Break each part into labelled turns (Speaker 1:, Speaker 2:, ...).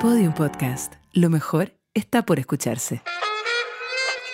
Speaker 1: Podium Podcast. Lo mejor está por escucharse.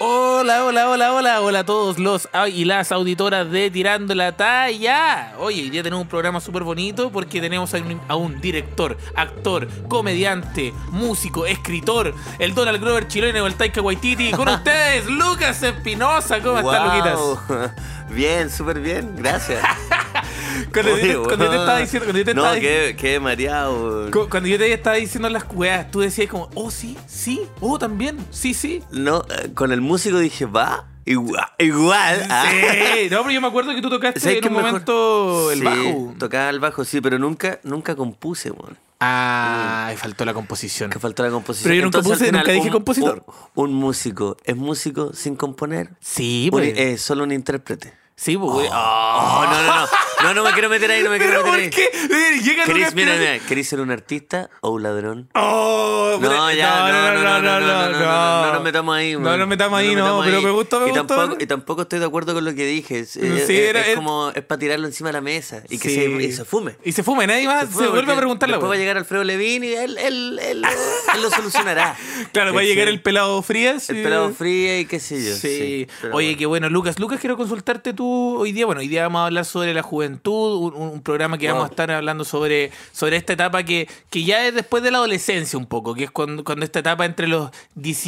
Speaker 2: Hola, hola, hola, hola, hola a todos los au- y las auditoras de Tirando la Talla. Oye, hoy día tenemos un programa súper bonito porque tenemos a un, a un director, actor, comediante, músico, escritor, el Donald Grover chileno, el Taika Waititi. Con ustedes, Lucas Espinosa. ¿Cómo estás, Luquitas?
Speaker 3: Luquitas? Bien, súper bien, gracias.
Speaker 2: Cuando,
Speaker 3: Oye,
Speaker 2: yo te- cuando yo te
Speaker 3: weón.
Speaker 2: estaba diciendo... Cuando yo te
Speaker 3: No,
Speaker 2: estaba diciendo-
Speaker 3: qué, qué mareado.
Speaker 2: cu- Cuando yo te estaba diciendo las weas, tú decías como, oh sí, sí, oh también, sí, sí.
Speaker 3: No, eh, con el músico dije, va, igua- igual. ah.
Speaker 2: Sí, no, pero yo me acuerdo que tú tocaste
Speaker 3: ¿Sabes
Speaker 2: en
Speaker 3: qué
Speaker 2: un
Speaker 3: mejor?
Speaker 2: momento el
Speaker 3: Sí,
Speaker 2: bajo.
Speaker 3: Tocaba el bajo, sí, pero nunca, nunca compuse, weón.
Speaker 2: Ah, y faltó la composición.
Speaker 3: Que faltó la composición.
Speaker 2: Pero yo nunca
Speaker 3: Entonces, al
Speaker 2: puse,
Speaker 3: final,
Speaker 2: nunca dije
Speaker 3: un-
Speaker 2: compositor.
Speaker 3: Un, un músico es músico sin componer.
Speaker 2: Sí,
Speaker 3: Un-
Speaker 2: pues.
Speaker 3: eh, solo un intérprete.
Speaker 2: sí, pues. güey.
Speaker 3: Oh, no, no, no. No, no me quiero meter ahí, no me quiero
Speaker 2: Pero
Speaker 3: meter
Speaker 2: ¿por
Speaker 3: ahí.
Speaker 2: qué? Eh, Llega Lucas
Speaker 3: Chris, mira,
Speaker 2: Pino-
Speaker 3: mira, ¿querés ser un artista o un ladrón?
Speaker 2: Oh,
Speaker 3: No,
Speaker 2: pero-
Speaker 3: ya, no, no, no, no, no, no, no, no, no nos metamos ahí.
Speaker 2: No
Speaker 3: weón.
Speaker 2: nos metamos ahí, no, pero me gustó, me
Speaker 3: y
Speaker 2: gustó.
Speaker 3: Tampoco, y tampoco estoy de acuerdo con lo que dije. Es, es-
Speaker 2: Sí,
Speaker 3: es-
Speaker 2: era-
Speaker 3: es
Speaker 2: es-
Speaker 3: como, es para tirarlo encima de la mesa y que
Speaker 2: Sí.
Speaker 3: se, y se fume.
Speaker 2: Y se fume, nadie más se,
Speaker 3: fume
Speaker 2: vuelve a
Speaker 3: porque
Speaker 2: preguntar la
Speaker 3: Después va a
Speaker 2: wea.
Speaker 3: llegar Alfredo Levin y él, él, él, él lo solucionará.
Speaker 2: Claro, va a
Speaker 3: Sí.
Speaker 2: llegar el pelado Frías.
Speaker 3: El
Speaker 2: y-
Speaker 3: pelado fría y qué sé yo.
Speaker 2: Sí.
Speaker 3: pero
Speaker 2: Oye,
Speaker 3: bueno.
Speaker 2: qué bueno, Lucas. Lucas, quiero consultarte tú hoy día. Bueno, hoy día vamos a hablar sobre la juventud, un, un- un programa que vamos a
Speaker 3: Wow.
Speaker 2: estar hablando sobre, sobre esta etapa que, que ya es después de la adolescencia un poco, que es cuando, cuando esta etapa entre los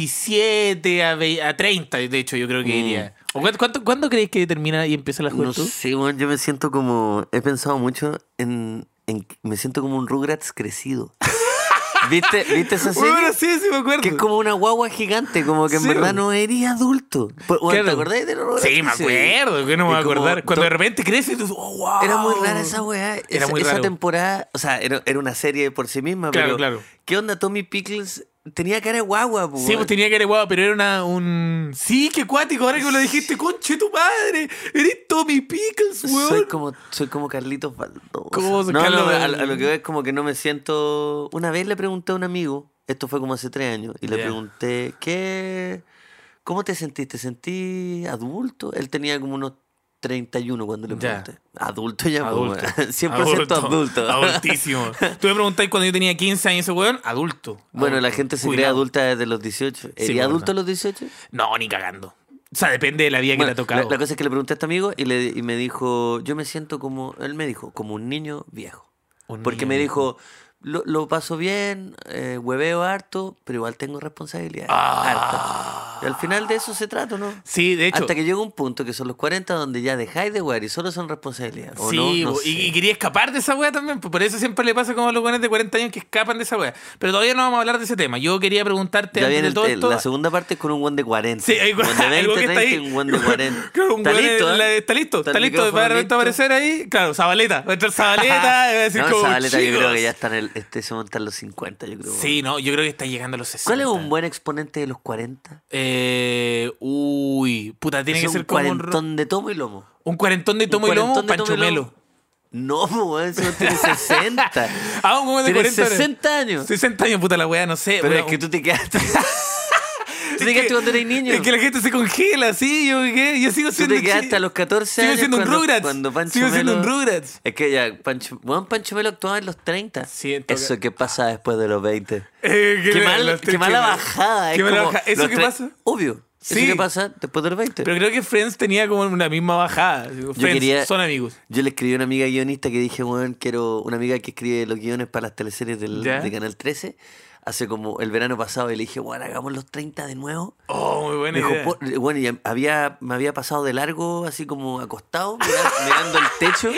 Speaker 2: 17 a, vei- a 30, de hecho, yo creo que
Speaker 3: Mm.
Speaker 2: iría. ¿O cuánto, cuánto- ¿Cuándo crees que termina y empieza la
Speaker 3: No
Speaker 2: juventud?
Speaker 3: sé, weón, yo me siento como. He pensado mucho en. en- me siento como un Rugrats crecido. ¿Viste, ¿Viste esa serie?
Speaker 2: Bueno, sí, sí, me acuerdo.
Speaker 3: Que es como una guagua gigante, como que en
Speaker 2: Sí.
Speaker 3: verdad no eres adulto. Por- bueno,
Speaker 2: Claro.
Speaker 3: ¿Te acordás de los
Speaker 2: Sí, me acuerdo, que no me voy a
Speaker 3: Es como
Speaker 2: acordar. Cuando de
Speaker 3: to-
Speaker 2: repente crece, tú, oh, wow.
Speaker 3: Era muy rara esa weá.
Speaker 2: Era
Speaker 3: esa,
Speaker 2: muy
Speaker 3: esa
Speaker 2: raro.
Speaker 3: temporada, o sea, era, era una serie por sí misma,
Speaker 2: Claro,
Speaker 3: pero
Speaker 2: claro.
Speaker 3: ¿qué onda Tommy Pickles? Tenía cara de guagua, po,
Speaker 2: Sí,
Speaker 3: weón.
Speaker 2: pues tenía que era guau, pero era una, un. Sí, qué cuático, ahora que me lo dijiste, conche tu madre, eres Tommy Pickles, weón.
Speaker 3: soy como, soy como Carlitos Baldosa.
Speaker 2: ¿Cómo
Speaker 3: no,
Speaker 2: soy Carlos
Speaker 3: no, a,
Speaker 2: Baldosa?
Speaker 3: a lo que veo es como que no me siento. Una vez le pregunté a un amigo, esto fue como hace tres años, y le
Speaker 2: Ya.
Speaker 3: pregunté, ¿qué? ¿Cómo te sentiste? ¿Sentí adulto? Él tenía como unos 31 cuando le
Speaker 2: Ya.
Speaker 3: pregunté. Adulto ya, pues,
Speaker 2: Adulto.
Speaker 3: adulto. 100% adulto.
Speaker 2: Adultísimo. Tú me preguntáis cuando yo tenía 15 años, ese weón, adulto.
Speaker 3: Bueno, la
Speaker 2: Adulto.
Speaker 3: gente se cree
Speaker 2: Cuidado. pues,
Speaker 3: adulta desde los 18. ¿Eres
Speaker 2: bueno.
Speaker 3: adulto a los 18?
Speaker 2: No, ni cagando. O sea, depende de la vida
Speaker 3: Bueno,
Speaker 2: que te ha tocado.
Speaker 3: La, la cosa es que le pregunté a este amigo y, le, y me dijo, yo me siento como, él me dijo, como un niño viejo.
Speaker 2: Un
Speaker 3: Porque
Speaker 2: niño
Speaker 3: me
Speaker 2: viejo.
Speaker 3: dijo, lo, lo paso bien, eh, hueveo harto, pero igual tengo responsabilidades. hartas". Y al final de eso se trata, ¿no?
Speaker 2: Ah. Sí, de hecho.
Speaker 3: Hasta que llega un punto que son los 40 donde ya dejáis de huear y solo son responsabilidades. ¿o
Speaker 2: Sí,
Speaker 3: no? No
Speaker 2: bo- y-
Speaker 3: sé.
Speaker 2: y, quería escapar de esa wea también. pues Por eso siempre le pasa como a los weones de 40 años que escapan de esa wea. Pero todavía no vamos a hablar de ese tema. Yo quería preguntarte
Speaker 3: Ya
Speaker 2: antes
Speaker 3: viene
Speaker 2: de
Speaker 3: el-
Speaker 2: todo
Speaker 3: el-
Speaker 2: esto.
Speaker 3: la segunda parte es con un one de 40.
Speaker 2: Sí, hay
Speaker 3: un one de 20,
Speaker 2: algo que está
Speaker 3: 30
Speaker 2: ahí.
Speaker 3: y un one de 40.
Speaker 2: Claro, un
Speaker 3: ¿Está,
Speaker 2: weón en
Speaker 3: listo, eh?
Speaker 2: la- está listo, está
Speaker 3: el
Speaker 2: listo. Va
Speaker 3: micrófono
Speaker 2: de repente
Speaker 3: listo?
Speaker 2: aparecer ahí. Claro, Zabaleta. Va a entrar Zabaleta. y va a decir
Speaker 3: No,
Speaker 2: como,
Speaker 3: Zabaleta yo creo
Speaker 2: "Chicos".
Speaker 3: que ya está en el, este se monta en los 50, yo creo.
Speaker 2: Sí, no, yo creo que está llegando a los 60.
Speaker 3: ¿Cuál es un buen exponente de los 40?
Speaker 2: Eh, uy, puta, tiene
Speaker 3: Es
Speaker 2: que
Speaker 3: un
Speaker 2: ser como un, ro-
Speaker 3: cuarentón de tomo y lomo.
Speaker 2: un cuarentón de tomo y lomo,
Speaker 3: cuarentón de
Speaker 2: Pancho
Speaker 3: tomo y
Speaker 2: Melo.
Speaker 3: lomo. No, po, weón, ese weón tiene 60.
Speaker 2: Ah, un huevo de
Speaker 3: Tiene
Speaker 2: 40 años.
Speaker 3: 60 años.
Speaker 2: 60 años, puta la weá, no sé.
Speaker 3: Pero
Speaker 2: weá,
Speaker 3: es que
Speaker 2: un-
Speaker 3: tú te quedaste. tú te
Speaker 2: es
Speaker 3: quedaste
Speaker 2: que-
Speaker 3: cuando eras niño.
Speaker 2: Es que la gente se congela, sí, yo qué, yo sigo
Speaker 3: Tú
Speaker 2: siendo
Speaker 3: te quedaste
Speaker 2: chi-
Speaker 3: a los 14
Speaker 2: Sigo
Speaker 3: años.
Speaker 2: siendo
Speaker 3: cuando,
Speaker 2: un Rugrats.
Speaker 3: Cuando Pancho
Speaker 2: sigo siendo
Speaker 3: Melo-
Speaker 2: un Rugrats.
Speaker 3: Es que ya, Pancho, weón, Pancho Melo actuaba en los 30.
Speaker 2: Sí, en todo
Speaker 3: Eso
Speaker 2: ca-
Speaker 3: que pasa después de los 20.
Speaker 2: Eh,
Speaker 3: Qué, mal-
Speaker 2: los-
Speaker 3: qué mala
Speaker 2: mal-
Speaker 3: bajada.
Speaker 2: Qué
Speaker 3: es
Speaker 2: mala
Speaker 3: como
Speaker 2: bajada. ¿Eso
Speaker 3: los
Speaker 2: qué
Speaker 3: tre-
Speaker 2: pasa?
Speaker 3: Obvio.
Speaker 2: Sí.
Speaker 3: ¿Eso qué pasa después de los 20?
Speaker 2: Pero creo que Friends tenía como una misma bajada. Friends
Speaker 3: quería-
Speaker 2: son amigos.
Speaker 3: Yo le escribí a una amiga guionista que dije, weón, quiero una amiga que escribe los guiones para las teleseries del,
Speaker 2: ¿Ya?
Speaker 3: de Canal 13. Hace como el verano pasado y le dije, weón, hagamos los 30 de nuevo.
Speaker 2: Oh, muy buena
Speaker 3: Me dijo,
Speaker 2: idea.
Speaker 3: "Po- bueno, y había, me había pasado de largo, así como acostado, mira- mirando el techo,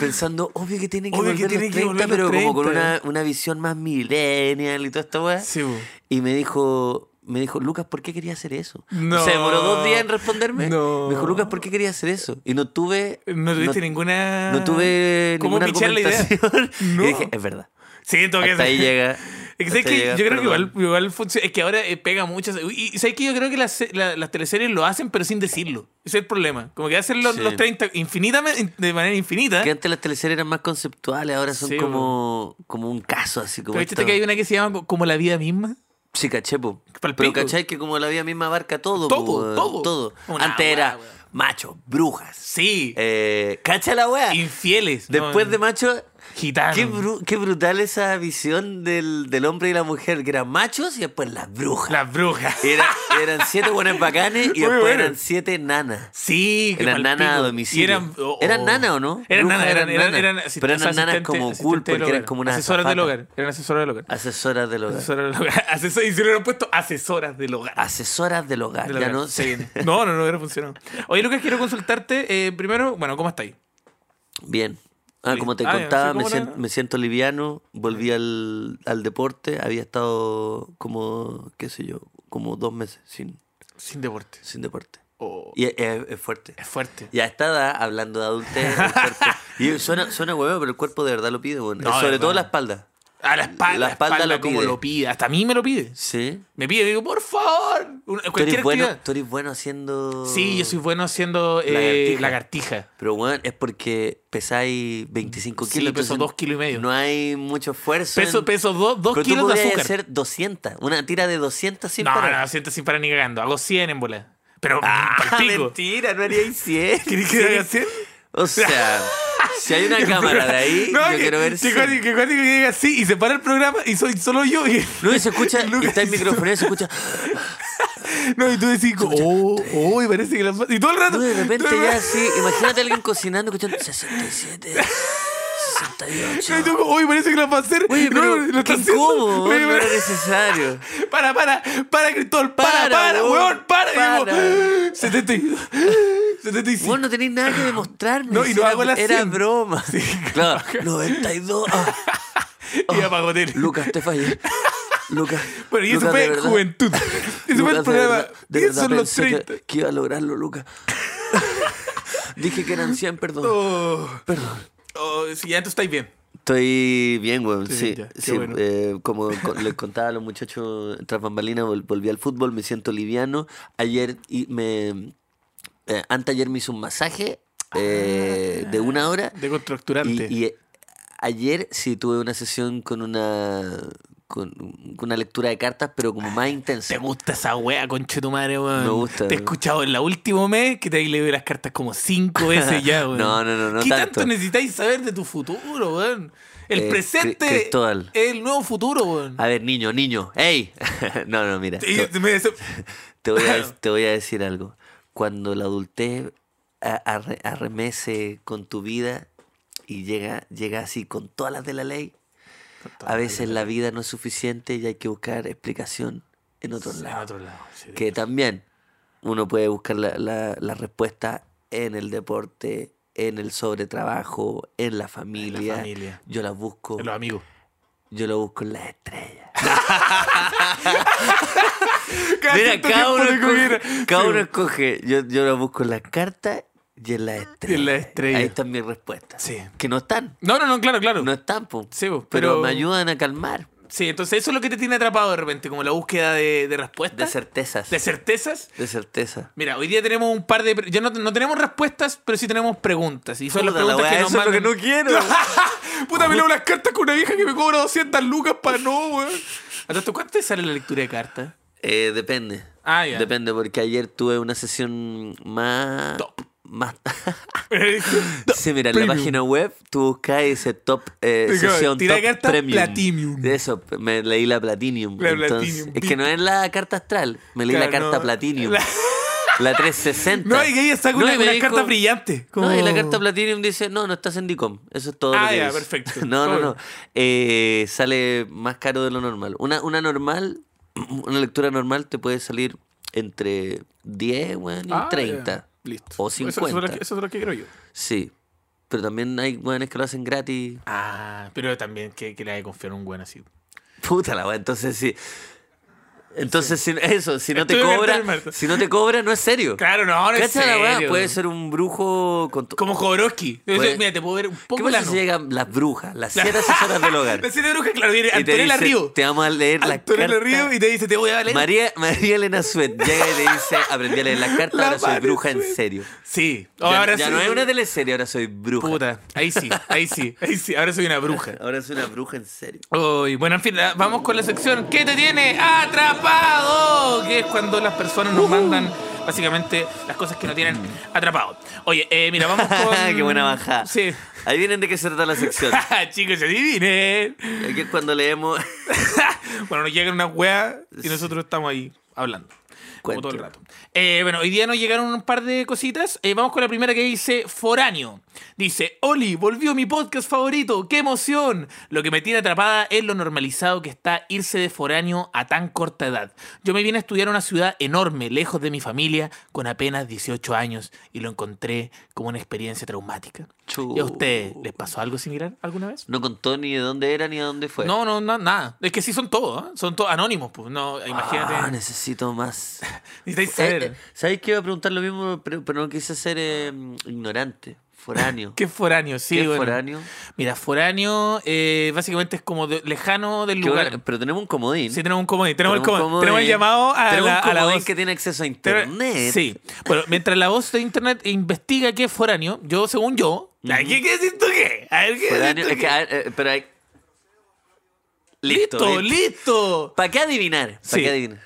Speaker 3: pensando, obvio que tienen que
Speaker 2: Obvio que
Speaker 3: volver
Speaker 2: tienen
Speaker 3: los
Speaker 2: que
Speaker 3: 30,
Speaker 2: volver los
Speaker 3: pero como con
Speaker 2: 30.
Speaker 3: una, una visión más millennial y toda esta weá.
Speaker 2: Sí, bu.
Speaker 3: Y me dijo, me dijo, Lucas, ¿por qué quería hacer eso?
Speaker 2: No.
Speaker 3: Se demoró dos días en responderme.
Speaker 2: No.
Speaker 3: Me dijo, Lucas, ¿por qué quería hacer eso? Y no tuve.
Speaker 2: No tuviste ninguna.
Speaker 3: No tuve
Speaker 2: Ah, ¿Cómo
Speaker 3: ninguna
Speaker 2: pichar la idea?
Speaker 3: argumentación.
Speaker 2: No.
Speaker 3: Y dije, es verdad.
Speaker 2: Siento que
Speaker 3: Hasta ahí llega.
Speaker 2: Es que,
Speaker 3: hasta
Speaker 2: ¿sabes qué? yo
Speaker 3: llega,
Speaker 2: creo que
Speaker 3: perdón.
Speaker 2: igual, igual funciona. Es que ahora eh, pega muchas. Y, y ¿sabes qué? Yo creo que las, se- la- las teleseries lo hacen, pero sin decirlo. Ese es el problema. Como que hacen los,
Speaker 3: Sí.
Speaker 2: los 30 infinitamente, de manera infinita.
Speaker 3: Que antes las teleseries eran más conceptuales, ahora son
Speaker 2: Sí,
Speaker 3: como, como un caso, así como.
Speaker 2: Pero viste
Speaker 3: esta-
Speaker 2: que hay una que se llama co- como la vida misma.
Speaker 3: Sí, caché, po.
Speaker 2: Pa'l
Speaker 3: Pero
Speaker 2: pico.
Speaker 3: cachai que como la vida misma abarca todo,
Speaker 2: Todo,
Speaker 3: po, weón,
Speaker 2: todo. Una
Speaker 3: Antes
Speaker 2: weá,
Speaker 3: era
Speaker 2: weón.
Speaker 3: macho, brujas.
Speaker 2: Sí.
Speaker 3: Eh, cacha la wea.
Speaker 2: Infieles. ¿no? ah,
Speaker 3: Después de macho,
Speaker 2: Gitano.
Speaker 3: Qué, bru- qué brutal esa visión del, del hombre y la mujer, que eran machos y después las brujas.
Speaker 2: Las brujas.
Speaker 3: Era- eran siete buenas bacanes
Speaker 2: Muy
Speaker 3: y después
Speaker 2: bueno.
Speaker 3: eran siete nanas.
Speaker 2: Sí, que
Speaker 3: Eran
Speaker 2: palpico.
Speaker 3: nanas a
Speaker 2: Y
Speaker 3: domicilio.
Speaker 2: Eran, oh, oh.
Speaker 3: ¿Eran nanas o no?
Speaker 2: Eran
Speaker 3: Brujas,
Speaker 2: nanas, eran,
Speaker 3: eran
Speaker 2: eran,
Speaker 3: nanas.
Speaker 2: eran
Speaker 3: Pero eran
Speaker 2: asistentes-
Speaker 3: nanas como
Speaker 2: asistentes
Speaker 3: cool,
Speaker 2: del
Speaker 3: porque eran
Speaker 2: hogar.
Speaker 3: como unas Ah,
Speaker 2: Asesoras del
Speaker 3: azafatas.
Speaker 2: hogar. Eran asesoras del hogar.
Speaker 3: Asesoras del hogar.
Speaker 2: Asesoras del hogar. Asesor- y se le hubieran puesto asesoras del hogar.
Speaker 3: Asesoras del hogar.
Speaker 2: Del
Speaker 3: Ah, ya
Speaker 2: hogar.
Speaker 3: no
Speaker 2: Se
Speaker 3: sé.
Speaker 2: viene. No, no, no hubiera funcionado. Oye, Lucas, quiero consultarte eh, primero, bueno, ¿cómo estáis?
Speaker 3: Bien. Ah, como te
Speaker 2: Ah, ya,
Speaker 3: contaba,
Speaker 2: sí,
Speaker 3: me,
Speaker 2: ¿cómo era?
Speaker 3: sien- me siento liviano, volví al, al deporte, había estado como, qué sé yo, como dos meses sin,
Speaker 2: Sin deporte.
Speaker 3: sin deporte.
Speaker 2: Oh,
Speaker 3: Y es, es- es fuerte.
Speaker 2: es fuerte.
Speaker 3: Ya está edad, hablando de adultez, el cuerpo- y suena, suena huevo, pero el cuerpo de verdad lo pide, bueno.
Speaker 2: No, de
Speaker 3: sobre
Speaker 2: verdad.
Speaker 3: todo la espalda.
Speaker 2: A Ah, la espalda, la
Speaker 3: La espalda
Speaker 2: espalda
Speaker 3: lo
Speaker 2: como
Speaker 3: pide.
Speaker 2: lo pide. Hasta a mí me lo pide.
Speaker 3: Sí.
Speaker 2: Me pide, digo, por favor. Una-
Speaker 3: Tú
Speaker 2: cualquier
Speaker 3: eres, bueno,
Speaker 2: actividad.
Speaker 3: tú eres bueno haciendo...
Speaker 2: Sí, yo soy bueno haciendo eh,
Speaker 3: Lagartija.
Speaker 2: lagartija.
Speaker 3: Pero bueno, es porque pesáis 25
Speaker 2: Sí,
Speaker 3: kilos.
Speaker 2: peso
Speaker 3: entonces
Speaker 2: dos kilos y medio.
Speaker 3: No hay mucho esfuerzo.
Speaker 2: Peso,
Speaker 3: en-
Speaker 2: peso do- dos
Speaker 3: Pero tú
Speaker 2: kilos de
Speaker 3: podrías
Speaker 2: azúcar.
Speaker 3: hacer 200, una tira de 200 sin
Speaker 2: no,
Speaker 3: parar.
Speaker 2: no, siento sin parar ni cagando. Hago 100 en bola. Pero
Speaker 3: Ah,
Speaker 2: palpico.
Speaker 3: mentira, no haría 100.
Speaker 2: ¿Querés que haga 100?
Speaker 3: O sea, si hay una cámara de ahí,
Speaker 2: No,
Speaker 3: yo
Speaker 2: que-
Speaker 3: quiero ver
Speaker 2: que
Speaker 3: 100.
Speaker 2: cuático- Que cuático que diga así y se para el programa y soy solo yo. Y,
Speaker 3: No, y se escucha, y
Speaker 2: Lucas
Speaker 3: está el
Speaker 2: hizo-
Speaker 3: micrófono y se escucha.
Speaker 2: no, y tú decís, oh, oh, y parece que la. Y todo el rato.
Speaker 3: Tú de repente
Speaker 2: todo el
Speaker 3: ya
Speaker 2: rato-
Speaker 3: así, imagínate a alguien cocinando, escuchando 67, 68.
Speaker 2: No, y tú, hoy parece que la va a hacer.
Speaker 3: Oye,
Speaker 2: No,
Speaker 3: pero
Speaker 2: lo está
Speaker 3: qué
Speaker 2: haciendo.
Speaker 3: incómodo,
Speaker 2: Oye,
Speaker 3: no
Speaker 2: pero-
Speaker 3: era necesario.
Speaker 2: Para, para, para, Cristóbal, para, para,
Speaker 3: Para, weón,
Speaker 2: weón, para. Y
Speaker 3: para.
Speaker 2: digo, 72, 75.
Speaker 3: Vos no tenés nada que demostrarme.
Speaker 2: No, y no
Speaker 3: era,
Speaker 2: hago las
Speaker 3: Era
Speaker 2: 100.
Speaker 3: broma. claro, 92. ah,
Speaker 2: y
Speaker 3: oh,
Speaker 2: apagó tele.
Speaker 3: Lucas, te fallé. Lucas.
Speaker 2: Bueno, y eso
Speaker 3: Lucas, de
Speaker 2: fue
Speaker 3: verdad.
Speaker 2: juventud. Eso fue el
Speaker 3: Lucas, de
Speaker 2: problema.
Speaker 3: verdad- de
Speaker 2: Y
Speaker 3: verdad
Speaker 2: son los
Speaker 3: pensé que-
Speaker 2: 30.
Speaker 3: Que, iba a lograrlo, Lucas. Dije que eran 100, perdón.
Speaker 2: Oh,
Speaker 3: Perdón.
Speaker 2: oh, sí, ya tú estás bien.
Speaker 3: Estoy bien, güey.
Speaker 2: Estoy
Speaker 3: Sí,
Speaker 2: bien, ya. Qué
Speaker 3: sí.
Speaker 2: bueno.
Speaker 3: eh, como co- les contaba a los muchachos tras bambalina, vol- volví al fútbol, me siento liviano. Ayer y me. Eh, anteayer me hizo un masaje eh, de una hora.
Speaker 2: De constructurante.
Speaker 3: Y, y, eh, ayer sí tuve una sesión con una con, con una lectura de cartas, pero como más intensa.
Speaker 2: Ah, ¿Te gusta esa wea, conche tu madre, weón?
Speaker 3: Me gusta,
Speaker 2: Te he
Speaker 3: weón.
Speaker 2: escuchado en el último mes que te he leído las cartas como cinco veces ya, weón.
Speaker 3: No, no, no, no
Speaker 2: ¿Qué tanto,
Speaker 3: tanto.
Speaker 2: necesitáis saber de tu futuro, weón? El
Speaker 3: Eh,
Speaker 2: presente
Speaker 3: Cri- Cristóbal.
Speaker 2: es el nuevo futuro, weón.
Speaker 3: A ver, niño, niño, ¡ey! no, no, mira.
Speaker 2: Y
Speaker 3: Te,
Speaker 2: me dice,
Speaker 3: te voy a, des- te voy a decir algo. Cuando la adultez a- arre- arremese con tu vida y llega, llega así con todas las de la ley, a veces la vida no es suficiente y hay que buscar explicación en otros
Speaker 2: En
Speaker 3: lados.
Speaker 2: otro lado, sí.
Speaker 3: que también uno puede buscar la, la- la respuesta en el deporte, en el sobretrabajo, en la familia.
Speaker 2: familia.
Speaker 3: Yo la busco,
Speaker 2: Los amigos.
Speaker 3: yo la busco en las estrellas. Mira,
Speaker 2: cierto
Speaker 3: cada uno,
Speaker 2: tiempo le cogiera.
Speaker 3: escoge, cada
Speaker 2: Sí,
Speaker 3: uno
Speaker 2: weón.
Speaker 3: escoge. Yo, yo la busco en las cartas y en las estrellas.
Speaker 2: las estrellas.
Speaker 3: Ahí están mis respuestas.
Speaker 2: Sí.
Speaker 3: Que no están,
Speaker 2: No, no, no, claro, claro.
Speaker 3: no están, po.
Speaker 2: Sí, po,
Speaker 3: pero...
Speaker 2: pero-
Speaker 3: me ayudan a calmar
Speaker 2: Sí, entonces eso es lo que te tiene atrapado de repente, como la búsqueda de, de
Speaker 3: de
Speaker 2: respuestas.
Speaker 3: certezas.
Speaker 2: de certezas.
Speaker 3: De certeza.
Speaker 2: Mira, hoy día tenemos un par de. pre- Ya no, no tenemos respuestas, pero sí tenemos preguntas. Y son las
Speaker 3: Puta la
Speaker 2: preguntas
Speaker 3: weá,
Speaker 2: que nos
Speaker 3: eso es lo
Speaker 2: mandan. Ah,
Speaker 3: que no quiero.
Speaker 2: Puta, me leo las cartas con una vieja que me cobra 200 lucas para no, weón. A todo esto, ¿cuánto te sale la lectura de cartas?
Speaker 3: Eh, depende.
Speaker 2: Ah, ya.
Speaker 3: Depende, porque ayer tuve una sesión más.
Speaker 2: Top.
Speaker 3: Más. sí, mira, en la
Speaker 2: Premium.
Speaker 3: página web tú buscas y dice top eh,
Speaker 2: Digo,
Speaker 3: sesión
Speaker 2: tira
Speaker 3: top
Speaker 2: carta
Speaker 3: premium.
Speaker 2: platinum.
Speaker 3: De eso, me leí la platinum.
Speaker 2: La
Speaker 3: Entonces,
Speaker 2: platinum,
Speaker 3: Es que no es la carta astral, me leí la
Speaker 2: Claro,
Speaker 3: carta
Speaker 2: no.
Speaker 3: platinum.
Speaker 2: La-
Speaker 3: La... 360.
Speaker 2: No, y que ella saca
Speaker 3: No,
Speaker 2: una,
Speaker 3: y me
Speaker 2: una
Speaker 3: dijo-
Speaker 2: carta brillante. como-
Speaker 3: No, y la carta Platinum dice, no, no estás en DICOM. Eso es todo. lo
Speaker 2: Ah,
Speaker 3: que
Speaker 2: ya,
Speaker 3: dice.
Speaker 2: perfecto.
Speaker 3: no, no, no.
Speaker 2: Obvio.
Speaker 3: Eh, sale más caro de lo normal. Una, una normal, una lectura normal te puede salir entre 10, weón, y
Speaker 2: Ah, ya.
Speaker 3: 30.
Speaker 2: Listo.
Speaker 3: O
Speaker 2: Eso- Eso, es lo
Speaker 3: 50.
Speaker 2: que, eso es lo que creo yo.
Speaker 3: Sí. Pero también hay weones que lo hacen gratis.
Speaker 2: Ah, pero también que, que le hay que confiar a un buen así.
Speaker 3: Puta la weá, entonces sí. Entonces, si- eso, si no te
Speaker 2: Estuve
Speaker 3: cobra,
Speaker 2: cartel, Marta.
Speaker 3: si no te cobra, no es serio.
Speaker 2: Claro, no, no es
Speaker 3: Cacha la weá,
Speaker 2: serio.
Speaker 3: puede ser un brujo con tu-
Speaker 2: Como Jodorowsky.
Speaker 3: Puede-
Speaker 2: Mira, te puedo ver un
Speaker 3: Pues, ¿Qué
Speaker 2: poco
Speaker 3: pasa
Speaker 2: la
Speaker 3: si llegan las brujas, las siete asesoras del hogar?
Speaker 2: La serie de brujas, claro, viene
Speaker 3: y te
Speaker 2: Antonella
Speaker 3: dice,
Speaker 2: Río.
Speaker 3: Te vamos a leer la
Speaker 2: Antonella
Speaker 3: carta.
Speaker 2: Río y te dice, te voy a leer.
Speaker 3: María, María Elena Suet llega y le dice, aprendí a leer la carta,
Speaker 2: La
Speaker 3: ahora soy
Speaker 2: Mari
Speaker 3: bruja en
Speaker 2: Suet.
Speaker 3: serio.
Speaker 2: sí.
Speaker 3: Ya,
Speaker 2: ahora
Speaker 3: ya
Speaker 2: soy-
Speaker 3: no es una teleserie, ahora soy bruja.
Speaker 2: Puta, ahí sí, ahí sí, ahí sí. Ahora soy una bruja.
Speaker 3: Ahora soy una bruja en serio.
Speaker 2: Uy, bueno, en fin, la- vamos con la sección ¿Qué te tiene atrapado? Que es cuando las personas nos mandan básicamente las cosas que nos tienen atrapados. Oye, eh, mira, vamos con.
Speaker 3: Qué buena bajada.
Speaker 2: Sí.
Speaker 3: Ahí vienen de qué se trata la sección.
Speaker 2: Chicos, adivinen.
Speaker 3: Aquí es cuando leemos.
Speaker 2: Bueno, nos llegan unas weas y nosotros estamos ahí hablando. Como todo el
Speaker 3: Cuéntame.
Speaker 2: rato. Eh, bueno, hoy día nos llegaron un par de cositas. Eh, vamos con la primera que dice Foráneo. Dice, Oli, volvió mi podcast favorito. ¡Qué emoción! Lo que me tiene atrapada es lo normalizado que está irse de foráneo a tan corta edad. Yo me vine a estudiar a una ciudad enorme, lejos de mi familia, con apenas 18 años, y lo encontré como una experiencia traumática.
Speaker 3: Chu.
Speaker 2: ¿Y a ustedes les pasó algo similar alguna vez?
Speaker 3: No contó ni de dónde era ni de dónde fue.
Speaker 2: No, no, na- nada. Es que sí son todos, ¿eh? son todos anónimos. Pues. No, imagínate.
Speaker 3: Ah, eh, necesito más.
Speaker 2: Necesitáis
Speaker 3: ¿Sabéis
Speaker 2: saber
Speaker 3: que iba a preguntar lo mismo, pero, pero no quise ser eh, ignorante? Foráneo.
Speaker 2: qué foráneo, sí.
Speaker 3: ¿Qué es
Speaker 2: bueno.
Speaker 3: foráneo?
Speaker 2: Mira, foráneo eh, básicamente es como de- lejano del
Speaker 3: Qué
Speaker 2: lugar.
Speaker 3: bueno, pero tenemos un comodín.
Speaker 2: Sí, tenemos un comodín. Tenemos, el
Speaker 3: un
Speaker 2: comodín. Tenemos el llamado a
Speaker 3: Tenemos
Speaker 2: la,
Speaker 3: un
Speaker 2: a la
Speaker 3: comodín
Speaker 2: voz.
Speaker 3: que tiene acceso a
Speaker 2: Pero-
Speaker 3: internet.
Speaker 2: Sí. Bueno, mientras la voz de internet investiga qué es foráneo, yo, según yo. Ay, ¿Qué qué decís tú qué? A ver, ¿qué
Speaker 3: Foráneo,
Speaker 2: decís tú
Speaker 3: es que,
Speaker 2: qué?
Speaker 3: a ver, eh, pero hay...
Speaker 2: Listo, listo.
Speaker 3: ¿Para qué adivinar? ¿Para
Speaker 2: Sí.
Speaker 3: qué adivinar?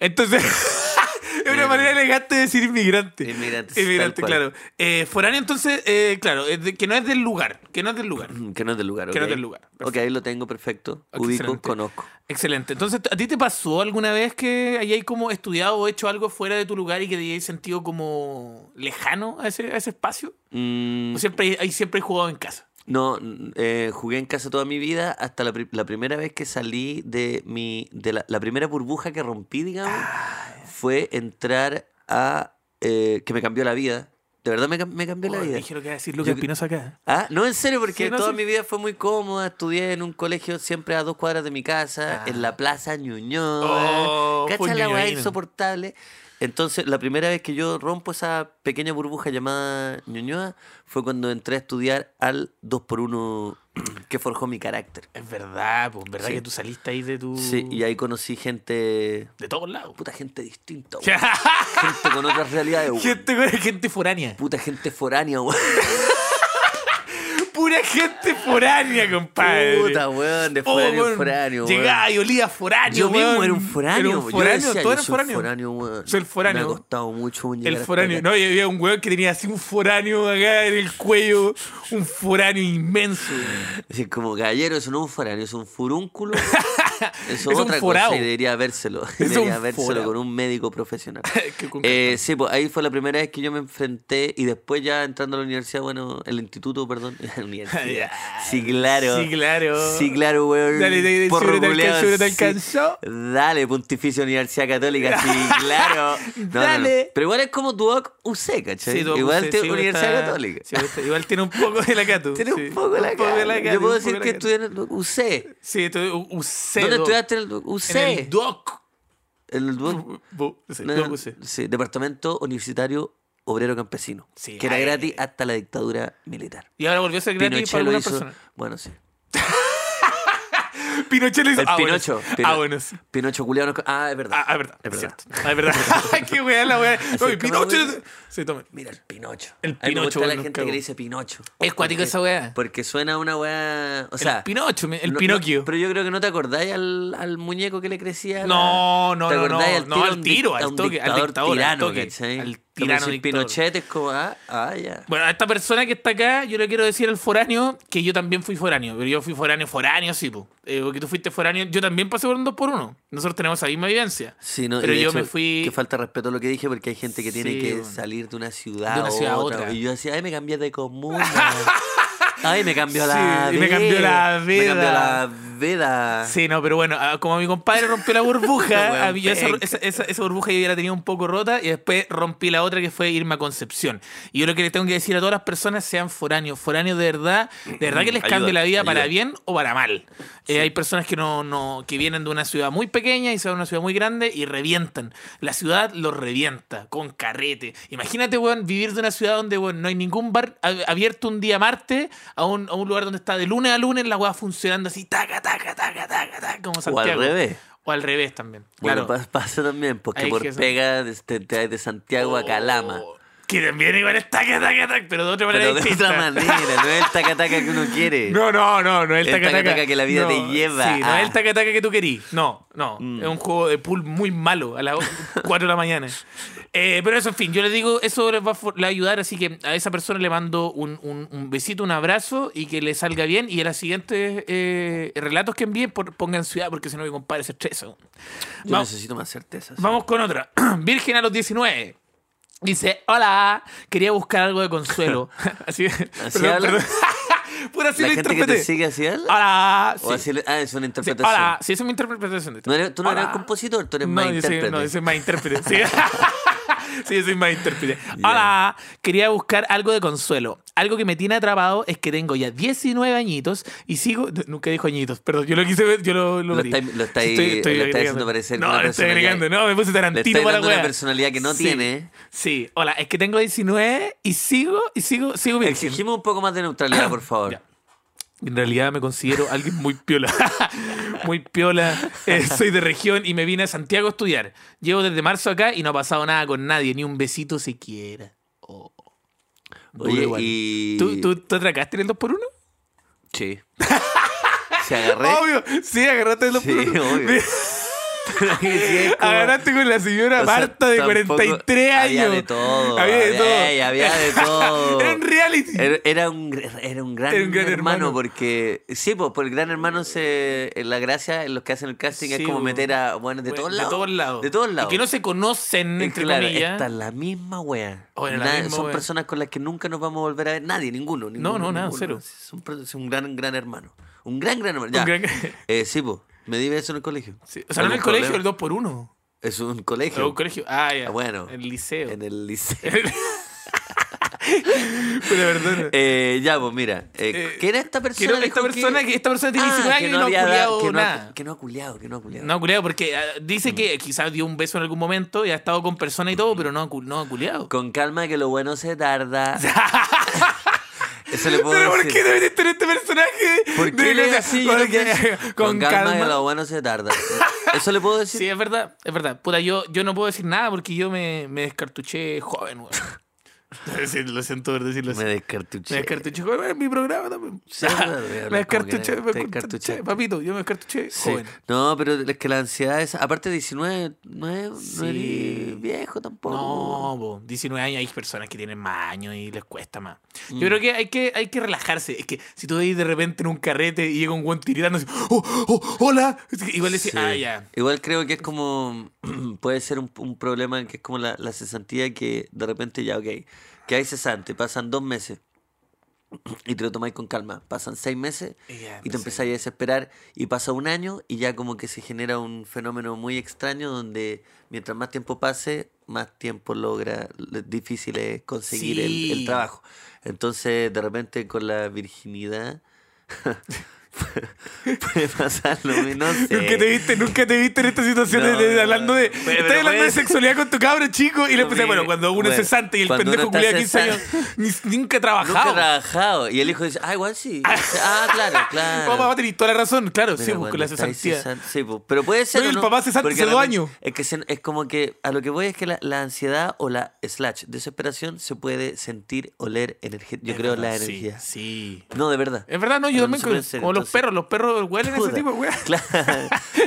Speaker 2: Entonces, es una manera elegante de decir inmigrante.
Speaker 3: Inmigrante, sí,
Speaker 2: Inmigrante,
Speaker 3: tal cual.
Speaker 2: claro. Eh, foráneo, entonces, eh, claro, es de- que no es del lugar. Que no es del lugar.
Speaker 3: Mm, Que no es del lugar.
Speaker 2: Que no es
Speaker 3: ok.
Speaker 2: del lugar,
Speaker 3: Ok,
Speaker 2: perfecto.
Speaker 3: ahí lo tengo perfecto.
Speaker 2: Ok,
Speaker 3: Ubico,
Speaker 2: excelente.
Speaker 3: conozco.
Speaker 2: Excelente. Entonces, ¿a ti te pasó alguna vez que hayáis como estudiado o hecho algo fuera de tu lugar y que te hayáis sentido como lejano a ese, a ese espacio?
Speaker 3: Mm,
Speaker 2: ¿O siempre hay siempre hay jugado en casa?
Speaker 3: No, n- eh, jugué en casa toda mi vida hasta la, pri- la primera vez que salí de mi. de la, la primera burbuja que rompí, digamos, fue entrar a. eh, que me cambió la vida. De verdad me, cam- me cambió la
Speaker 2: Oh,
Speaker 3: vida.
Speaker 2: dije lo que iba a decir Lucas
Speaker 3: Yo-
Speaker 2: Espinosa acá.
Speaker 3: Ah, no, en serio, porque
Speaker 2: Sí, no,
Speaker 3: toda
Speaker 2: sí.
Speaker 3: mi vida fue muy cómoda. Estudié en un colegio siempre a dos cuadras de mi casa,
Speaker 2: Ah.
Speaker 3: en la plaza Ñuñoa.
Speaker 2: Oh, fue
Speaker 3: Cacha la weá
Speaker 2: ñoñoíno.
Speaker 3: insoportable. Entonces, la primera vez que yo rompo esa pequeña burbuja llamada Ñuñoa fue cuando entré a estudiar al 2x1 que forjó mi carácter.
Speaker 2: Es verdad, pues, verdad
Speaker 3: Sí.
Speaker 2: que tú saliste ahí de tu.
Speaker 3: Sí, y ahí conocí gente,
Speaker 2: De todos lados.
Speaker 3: puta gente distinta, weón. gente con otras realidades, Eh, weón.
Speaker 2: gente, con- gente foránea.
Speaker 3: puta gente foránea, weón.
Speaker 2: Pura gente foránea, compadre.
Speaker 3: Puta, weón, de
Speaker 2: Oh,
Speaker 3: foráneo, en
Speaker 2: weón.
Speaker 3: foráneo, weón.
Speaker 2: Llegaba y olía foráneo.
Speaker 3: Yo mismo
Speaker 2: weón.
Speaker 3: era un foráneo,
Speaker 2: Era un
Speaker 3: weón.
Speaker 2: foráneo,
Speaker 3: yo decía,
Speaker 2: todo
Speaker 3: yo
Speaker 2: era
Speaker 3: soy un
Speaker 2: foráneo.
Speaker 3: foráneo, weón.
Speaker 2: Soy el foráneo.
Speaker 3: Me ha costado mucho weón, llegar
Speaker 2: El
Speaker 3: hasta
Speaker 2: foráneo.
Speaker 3: acá.
Speaker 2: No, y había un weón que tenía así un foráneo acá en el cuello. Un foráneo inmenso. weón.
Speaker 3: Así como gallero, eso no es un foráneo, es un furúnculo. Eso
Speaker 2: un
Speaker 3: es otra
Speaker 2: forao.
Speaker 3: cosa y debería vérselo.
Speaker 2: un
Speaker 3: debería vérselo
Speaker 2: forao.
Speaker 3: con un médico profesional.
Speaker 2: Qué con-
Speaker 3: Eh, sí, pues ahí fue la primera vez que yo me enfrenté y después ya entrando a la universidad, bueno, el instituto, perdón, la universidad. Sí, claro.
Speaker 2: Sí, claro.
Speaker 3: Sí, claro, weón.
Speaker 2: Dale, dale,
Speaker 3: Porro
Speaker 2: sobre te
Speaker 3: culeado,
Speaker 2: alcanzó, sobre te
Speaker 3: sí.
Speaker 2: alcanzó.
Speaker 3: Dale, pontificia Universidad Católica, sí, claro. No, no, no.
Speaker 2: Dale.
Speaker 3: Pero igual es como tu doc UC, ¿cachai?
Speaker 2: Sí, tú,
Speaker 3: igual
Speaker 2: sí,
Speaker 3: te-
Speaker 2: sí, pues
Speaker 3: Universidad
Speaker 2: está-
Speaker 3: Católica.
Speaker 2: sí, está- igual tiene un poco de la gato.
Speaker 3: Tiene
Speaker 2: sí.
Speaker 3: un poco la cara.
Speaker 2: gato,
Speaker 3: Yo puedo
Speaker 2: un poco
Speaker 3: decir
Speaker 2: la
Speaker 3: que
Speaker 2: gato.
Speaker 3: estudié en el UC.
Speaker 2: Sí, tú, u- UC.
Speaker 3: ¿Dónde
Speaker 2: doc.
Speaker 3: estudiaste en el UC?
Speaker 2: En el DOC.
Speaker 3: En el doc-
Speaker 2: Bu- bu- sí,
Speaker 3: no,
Speaker 2: doc UC.
Speaker 3: sí, Departamento Universitario Obrero Campesino.
Speaker 2: Sí,
Speaker 3: que era
Speaker 2: ahí.
Speaker 3: gratis hasta la dictadura militar.
Speaker 2: Y ahora volvió a ser gratis
Speaker 3: Pinochet
Speaker 2: para
Speaker 3: lo
Speaker 2: algunas
Speaker 3: hizo.
Speaker 2: personas.
Speaker 3: Bueno, sí.
Speaker 2: Pinochet lo hizo.
Speaker 3: El
Speaker 2: ah, bueno,
Speaker 3: Pinocho.
Speaker 2: sí.
Speaker 3: Pino-
Speaker 2: Ah, bueno. sí.
Speaker 3: Pinocho culiao no- Ah, es verdad.
Speaker 2: Ah, ah, verdad.
Speaker 3: Es
Speaker 2: Es
Speaker 3: verdad.
Speaker 2: cierto. Ah, es verdad. Qué weá la weá. Oye,
Speaker 3: como
Speaker 2: Pinochet.
Speaker 3: weá.
Speaker 2: Sí, tome.
Speaker 3: Mira el Pinocho.
Speaker 2: El
Speaker 3: A mí me
Speaker 2: Pinocho,
Speaker 3: gusta
Speaker 2: bueno,
Speaker 3: la gente
Speaker 2: cago.
Speaker 3: que le dice Pinocho.
Speaker 2: Es cuático
Speaker 3: Porque-
Speaker 2: esa weá.
Speaker 3: Porque suena una weá. O sea.
Speaker 2: El Pinocho, el
Speaker 3: no-
Speaker 2: Pinocchio.
Speaker 3: no, pero yo creo que no te acordáis al, al muñeco que le crecía. la-
Speaker 2: No, no,
Speaker 3: ¿Te
Speaker 2: no,
Speaker 3: acordáis
Speaker 2: no,
Speaker 3: al
Speaker 2: no,
Speaker 3: tiro, a
Speaker 2: al
Speaker 3: un
Speaker 2: tiro,
Speaker 3: dic-
Speaker 2: al
Speaker 3: a un
Speaker 2: toque, al
Speaker 3: dictador
Speaker 2: dictador, al
Speaker 3: tirano,
Speaker 2: toque,
Speaker 3: ¿cachai?
Speaker 2: al
Speaker 3: Como
Speaker 2: tirano
Speaker 3: decir
Speaker 2: dictador.
Speaker 3: Pinochet es como, ah, ah, ya.
Speaker 2: Bueno, a esta persona que está acá, yo le quiero decir al foráneo que yo también fui foráneo. Pero yo fui foráneo, foráneo, sí, po. Eh, porque tú fuiste foráneo. Yo también pasé por un 2 por 1 Nosotros tenemos la misma vivencia.
Speaker 3: Sí, no, y
Speaker 2: pero
Speaker 3: de
Speaker 2: yo
Speaker 3: hecho,
Speaker 2: me fui.
Speaker 3: Que falta de respeto a lo que dije porque hay gente que tiene
Speaker 2: Sí,
Speaker 3: que
Speaker 2: bueno.
Speaker 3: salir de una ciudad,
Speaker 2: De una ciudad
Speaker 3: a
Speaker 2: a
Speaker 3: otra.
Speaker 2: otra.
Speaker 3: Y yo decía, ay, me cambié de comuna. ay, me cambió
Speaker 2: Sí,
Speaker 3: la
Speaker 2: y me cambió la
Speaker 3: Me cambió
Speaker 2: vida.
Speaker 3: la vida.
Speaker 2: Sí, no, pero bueno, ah, como mi compadre rompió la burbuja,
Speaker 3: Este Weón,
Speaker 2: a mí yo esa,
Speaker 3: penca.
Speaker 2: esa- esa- esa burbuja yo ya la tenía un poco rota y después rompí la otra que fue irme a Concepción. Y yo lo que le tengo que decir a todas las personas, sean foráneos, foráneos de verdad, de verdad que les
Speaker 3: Ayuda,
Speaker 2: cambie la vida para
Speaker 3: Mm, ayuda.
Speaker 2: bien o para mal. Eh, hay personas que no, no que vienen de una ciudad muy pequeña y se van a una ciudad muy grande y revientan. La ciudad los revienta con carrete. Imagínate, weón, vivir de una ciudad donde, weón, no hay ningún bar a- abierto un día martes a un, a un lugar donde está de lunes a lunes la weá funcionando así, taca, taca, taca, taca, taca, como
Speaker 3: o al
Speaker 2: Santiago.
Speaker 3: revés.
Speaker 2: O al revés también.
Speaker 3: Bueno,
Speaker 2: claro.
Speaker 3: pa- pasa también, porque
Speaker 2: Ahí
Speaker 3: por este,
Speaker 2: que son-
Speaker 3: pega des- te, te vas de Santiago a Calama.
Speaker 2: Oh, que también igual es taca, taca, taca, pero de otra manera
Speaker 3: Pero de
Speaker 2: distinta.
Speaker 3: otra manera, no es el tacataca que uno quiere.
Speaker 2: No, no, no, no es el,
Speaker 3: El
Speaker 2: taca, taca,
Speaker 3: taca-taca que la vida
Speaker 2: No,
Speaker 3: te lleva
Speaker 2: Sí, no
Speaker 3: a- Mm.
Speaker 2: es el taca, taca que tú querís. No, no. Es un juego de pool muy malo a las 4 de la mañana. Eh, pero eso, en fin, yo les digo, eso les va a for- le va a ayudar. Así que a esa persona le mando un, un- un besito, un abrazo y que le salga bien. Y en los siguientes eh, relatos que envíen, por- pongan ciudad, porque si no, mi compadre se estresa.
Speaker 3: Yo
Speaker 2: Vamos.
Speaker 3: necesito más certezas.
Speaker 2: Vamos con otra. Virgen a los 19. Dice, hola, quería buscar algo de consuelo. así
Speaker 3: ¿Así
Speaker 2: perdón,
Speaker 3: habla?
Speaker 2: perdón. Pura así
Speaker 3: La
Speaker 2: lo
Speaker 3: gente que te
Speaker 2: interpreté.
Speaker 3: sigue así habla.
Speaker 2: Hola.
Speaker 3: O
Speaker 2: Ah, sí.
Speaker 3: así le- ah, es una
Speaker 2: Sí,
Speaker 3: interpretación.
Speaker 2: hola. Sí, esa es mi interpretación. de esto.
Speaker 3: No eres- tú no eres
Speaker 2: Hola.
Speaker 3: compositor, tú eres
Speaker 2: No,
Speaker 3: más
Speaker 2: yo soy,
Speaker 3: intérprete.
Speaker 2: no, yo soy más intérprete. Sí. Sí, yo soy más intérprete. Hola, quería buscar algo de consuelo. Algo que me tiene atrapado es que tengo ya 19 añitos y sigo. Nunca dijo añitos, perdón, yo lo quise ver, yo lo. Lo,
Speaker 3: Lo
Speaker 2: metí.
Speaker 3: estáis- lo estáis- lo estáis
Speaker 2: agregando.
Speaker 3: haciendo parecer
Speaker 2: No,
Speaker 3: una
Speaker 2: lo estoy
Speaker 3: personalidad.
Speaker 2: agregando, no, me puse
Speaker 3: Le
Speaker 2: Tarantino
Speaker 3: estás
Speaker 2: para
Speaker 3: dando
Speaker 2: la
Speaker 3: una
Speaker 2: wea.
Speaker 3: personalidad que no
Speaker 2: Sí.
Speaker 3: tiene. ¿eh?
Speaker 2: Sí, hola, es que tengo 19 y sigo, y sigo, sigo virgen.
Speaker 3: Exigimos un poco más de neutralidad, por favor.
Speaker 2: Ya. En realidad me considero alguien muy piola. muy piola. Eh, soy de región y me vine a Santiago a estudiar. Llevo desde marzo acá y no ha pasado nada con nadie, ni un besito siquiera. Oh. Duro
Speaker 3: Oye,
Speaker 2: igual.
Speaker 3: y...
Speaker 2: ¿Tú, tú, tú atracaste en el 2x1?
Speaker 3: Sí. Se agarré.
Speaker 2: Obvio, sí, agarraste el 2x1.
Speaker 3: ¿Eh? Sí, obvio. Pero que sí es como-
Speaker 2: Agarraste con la señora
Speaker 3: O sea,
Speaker 2: Marta de
Speaker 3: tampoco-
Speaker 2: 43 años.
Speaker 3: Había de todo.
Speaker 2: Había de todo.
Speaker 3: Ey, había de todo.
Speaker 2: Era un reality.
Speaker 3: Era, era un, gr- era un gran,
Speaker 2: Era un gran
Speaker 3: hermano,
Speaker 2: hermano.
Speaker 3: porque sí, pues por el gran hermano se eh, la gracia en los que hacen el casting
Speaker 2: Sí,
Speaker 3: es como
Speaker 2: po.
Speaker 3: meter a bueno de
Speaker 2: Bueno,
Speaker 3: todos lados.
Speaker 2: De todos lados.
Speaker 3: De todos lados.
Speaker 2: Y que no se conocen,
Speaker 3: Eh,
Speaker 2: entre
Speaker 3: claro,
Speaker 2: comillas.
Speaker 3: esta es la misma wea.
Speaker 2: Oh, era la
Speaker 3: Nadie-
Speaker 2: misma
Speaker 3: son
Speaker 2: wea.
Speaker 3: personas con las que nunca nos vamos a volver a ver. Nadie, ninguno. ninguno,
Speaker 2: no, nada,
Speaker 3: ninguno.
Speaker 2: cero.
Speaker 3: Es un, pro- es un gran, gran hermano. Un gran, gran hermano. Ya.
Speaker 2: Un gran-
Speaker 3: Eh, sí, pues. Me di eso en el colegio.
Speaker 2: Sí, O sea, no en el
Speaker 3: ¿Algún
Speaker 2: colegio, el
Speaker 3: problema?
Speaker 2: 2x1.
Speaker 3: Es un
Speaker 2: En
Speaker 3: colegio.
Speaker 2: un colegio. Ah, ya.
Speaker 3: Bueno.
Speaker 2: En el liceo.
Speaker 3: En el liceo.
Speaker 2: Pero perdón.
Speaker 3: Eh, ya, pues mira,
Speaker 2: Eh,
Speaker 3: eh, ¿qué era esta persona?
Speaker 2: quiero- esta
Speaker 3: Dijo
Speaker 2: persona que- esta persona tiene 19 años y no ha
Speaker 3: había
Speaker 2: culiado
Speaker 3: que no ha-
Speaker 2: nada.
Speaker 3: que no ha culiado, que no ha culiado. Mm.
Speaker 2: No ha culeado porque ah, dice que quizás dio un beso en algún momento y ha estado con personas y todo, pero no ha, cu- no ha culeado.
Speaker 3: Con calma que lo bueno se tarda. Eso le puedo
Speaker 2: ¿Pero por
Speaker 3: decir.
Speaker 2: qué te metiste en este personaje?
Speaker 3: ¿Por
Speaker 2: De
Speaker 3: qué le
Speaker 2: Gloria?
Speaker 3: así? Yo no
Speaker 2: Porque-
Speaker 3: pienso-
Speaker 2: con, calma.
Speaker 3: que lo bueno se tarda. Eso le puedo decir.
Speaker 2: Sí, es verdad, es verdad. Puta, yo, yo no puedo decir nada porque yo me, me descartuché joven, weón. Sí, lo siento por decirlo así.
Speaker 3: me
Speaker 2: Me
Speaker 3: descartuché.
Speaker 2: descartuché joven en mi programa también.
Speaker 3: Sí, es verdad, weón,
Speaker 2: me
Speaker 3: como que
Speaker 2: descartuché, me
Speaker 3: te
Speaker 2: descartuché.
Speaker 3: descartuchaste.
Speaker 2: Papito, yo me descartuché
Speaker 3: Sí.
Speaker 2: joven.
Speaker 3: No, pero es que la ansiedad es. Aparte, 19, no es no
Speaker 2: Sí.
Speaker 3: eres viejo tampoco.
Speaker 2: No, po, 19 años hay personas que tienen más años y les cuesta más.
Speaker 3: Mm.
Speaker 2: Yo creo que hay que, hay que relajarse. Es que si tú veis de repente en un carrete y llega un buen tiritando, así, "Oh, oh, hola. Igual decís,
Speaker 3: Sí.
Speaker 2: ah, ya.
Speaker 3: Igual creo que es como, puede ser un, un problema que es como la, la cesantía que de repente ya, ok, que hay cesante, pasan dos meses y te lo tomáis con calma, pasan seis meses
Speaker 2: Y ya,
Speaker 3: y te
Speaker 2: no sé.
Speaker 3: empezáis a desesperar y pasa un año y ya como que se genera un fenómeno muy extraño donde mientras más tiempo pase, más tiempo logra, lo difícil es conseguir el- el,
Speaker 2: Sí.
Speaker 3: trabajo. Entonces de repente con la virginidad... Puede pasar lo menos.
Speaker 2: Nunca te viste, nunca te viste en esta situación
Speaker 3: No,
Speaker 2: de- de-
Speaker 3: no,
Speaker 2: hablando de.
Speaker 3: pero-
Speaker 2: estás
Speaker 3: pero
Speaker 2: hablando de
Speaker 3: puede-
Speaker 2: sexualidad con tu cabro chico y le puse,
Speaker 3: Hombre,
Speaker 2: bueno, cuando uno es
Speaker 3: bueno,
Speaker 2: cesante y el
Speaker 3: cuando uno
Speaker 2: pendejo
Speaker 3: está
Speaker 2: culea 15 años, ni- nunca ha trabajado.
Speaker 3: Nunca he trabajado. Y el hijo dice, ah, igual sí. ah, claro, claro.
Speaker 2: Papá, papá, tenés toda la razón, claro,
Speaker 3: Mira,
Speaker 2: sí, pues,
Speaker 3: cuando
Speaker 2: con la
Speaker 3: estáis
Speaker 2: cesantía.
Speaker 3: cesan- Sí, pues, pero puede ser.
Speaker 2: No, y
Speaker 3: o
Speaker 2: el papá cesante
Speaker 3: porque
Speaker 2: hace
Speaker 3: de
Speaker 2: dos
Speaker 3: repente-
Speaker 2: años.
Speaker 3: Es que se- es como que a lo que voy es que la, la ansiedad o la slash desesperación se puede sentir, oler, energía. Yo
Speaker 2: Es
Speaker 3: creo
Speaker 2: verdad,
Speaker 3: la
Speaker 2: sí,
Speaker 3: energía.
Speaker 2: Sí.
Speaker 3: No, de verdad.
Speaker 2: Es verdad, no, yo
Speaker 3: Hablando
Speaker 2: también,
Speaker 3: súper
Speaker 2: como,
Speaker 3: en serio,
Speaker 2: como los
Speaker 3: entonces-
Speaker 2: perros, los perros huelen ese
Speaker 3: Puta.
Speaker 2: tipo de weas.
Speaker 3: Claro.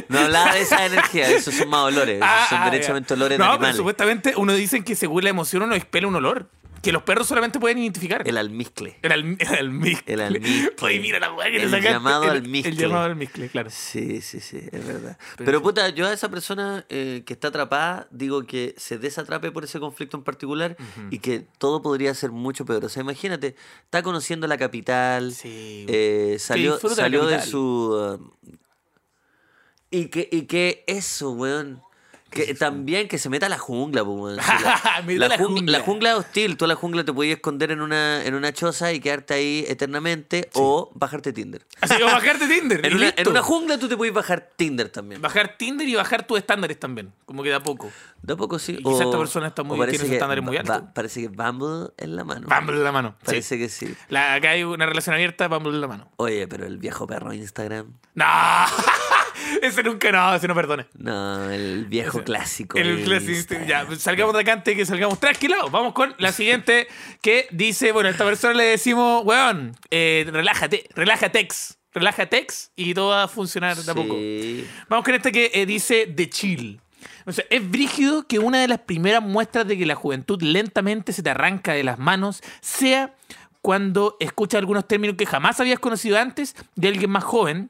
Speaker 3: No hablaba de esa energía, esos son más olores.
Speaker 2: Ah,
Speaker 3: esos son
Speaker 2: ah,
Speaker 3: derechamente
Speaker 2: ya.
Speaker 3: olores
Speaker 2: No,
Speaker 3: de
Speaker 2: pero
Speaker 3: animales.
Speaker 2: supuestamente uno dicen que según la emoción uno expele un olor. Que los perros solamente pueden identificar.
Speaker 3: El almizcle.
Speaker 2: El, alm- el almizcle.
Speaker 3: El almizcle.
Speaker 2: Oye, mira la weá que le
Speaker 3: El
Speaker 2: sacaste.
Speaker 3: llamado
Speaker 2: El-
Speaker 3: almizcle.
Speaker 2: El llamado almizcle, claro.
Speaker 3: Sí, sí, sí, es verdad. Pero, puta, yo a esa persona eh, que está atrapada, digo que se desatrape por ese conflicto en particular y que todo podría ser mucho peor. O sea, imagínate, está conociendo la capital,
Speaker 2: Sí.
Speaker 3: eh, salió,
Speaker 2: disfrute la
Speaker 3: salió de
Speaker 2: capital.
Speaker 3: su... um, y, que, y que eso, weón... Que también que se meta a la jungla, pues, weón. Si la-
Speaker 2: Meta
Speaker 3: la,
Speaker 2: la
Speaker 3: jungla,
Speaker 2: jungla.
Speaker 3: la jungla es hostil. Tú a la jungla te podías esconder en una, en una choza y quedarte ahí eternamente o bajarte Tinder.
Speaker 2: Así que bajarte Tinder. y
Speaker 3: En una,
Speaker 2: listo.
Speaker 3: en una jungla tú te puedes bajar Tinder también.
Speaker 2: Bajar Tinder y bajar tus estándares también. Como que de a poco.
Speaker 3: De a poco sí.
Speaker 2: Y quizá esta persona está muy-
Speaker 3: o parece
Speaker 2: tiene sus
Speaker 3: que
Speaker 2: estándares muy
Speaker 3: ba- ba-
Speaker 2: altos.
Speaker 3: Parece que Bumble en la mano.
Speaker 2: Bumble en la mano. Sí.
Speaker 3: Parece que sí.
Speaker 2: La- acá hay una relación abierta, Bumble en la mano.
Speaker 3: Oye, pero el viejo perro Instagram.
Speaker 2: ¡No! Ese nunca, no, ese no perdona.
Speaker 3: No, el viejo clásico.
Speaker 2: El
Speaker 3: de
Speaker 2: clásico, ya,
Speaker 3: Instagram.
Speaker 2: salgamos de acá antes que salgamos tranquilos. Vamos con la siguiente que dice, bueno, a esta persona le decimos, weón, eh, relájate, relájate, ex, relájate, ex, y todo va a funcionar pues, tampoco.
Speaker 3: Sí.
Speaker 2: Vamos con esta que eh, dice The Chill. O sea, es brígido que una de las primeras muestras de que la juventud lentamente se te arranca de las manos sea cuando escuchas algunos términos que jamás habías conocido antes de alguien más joven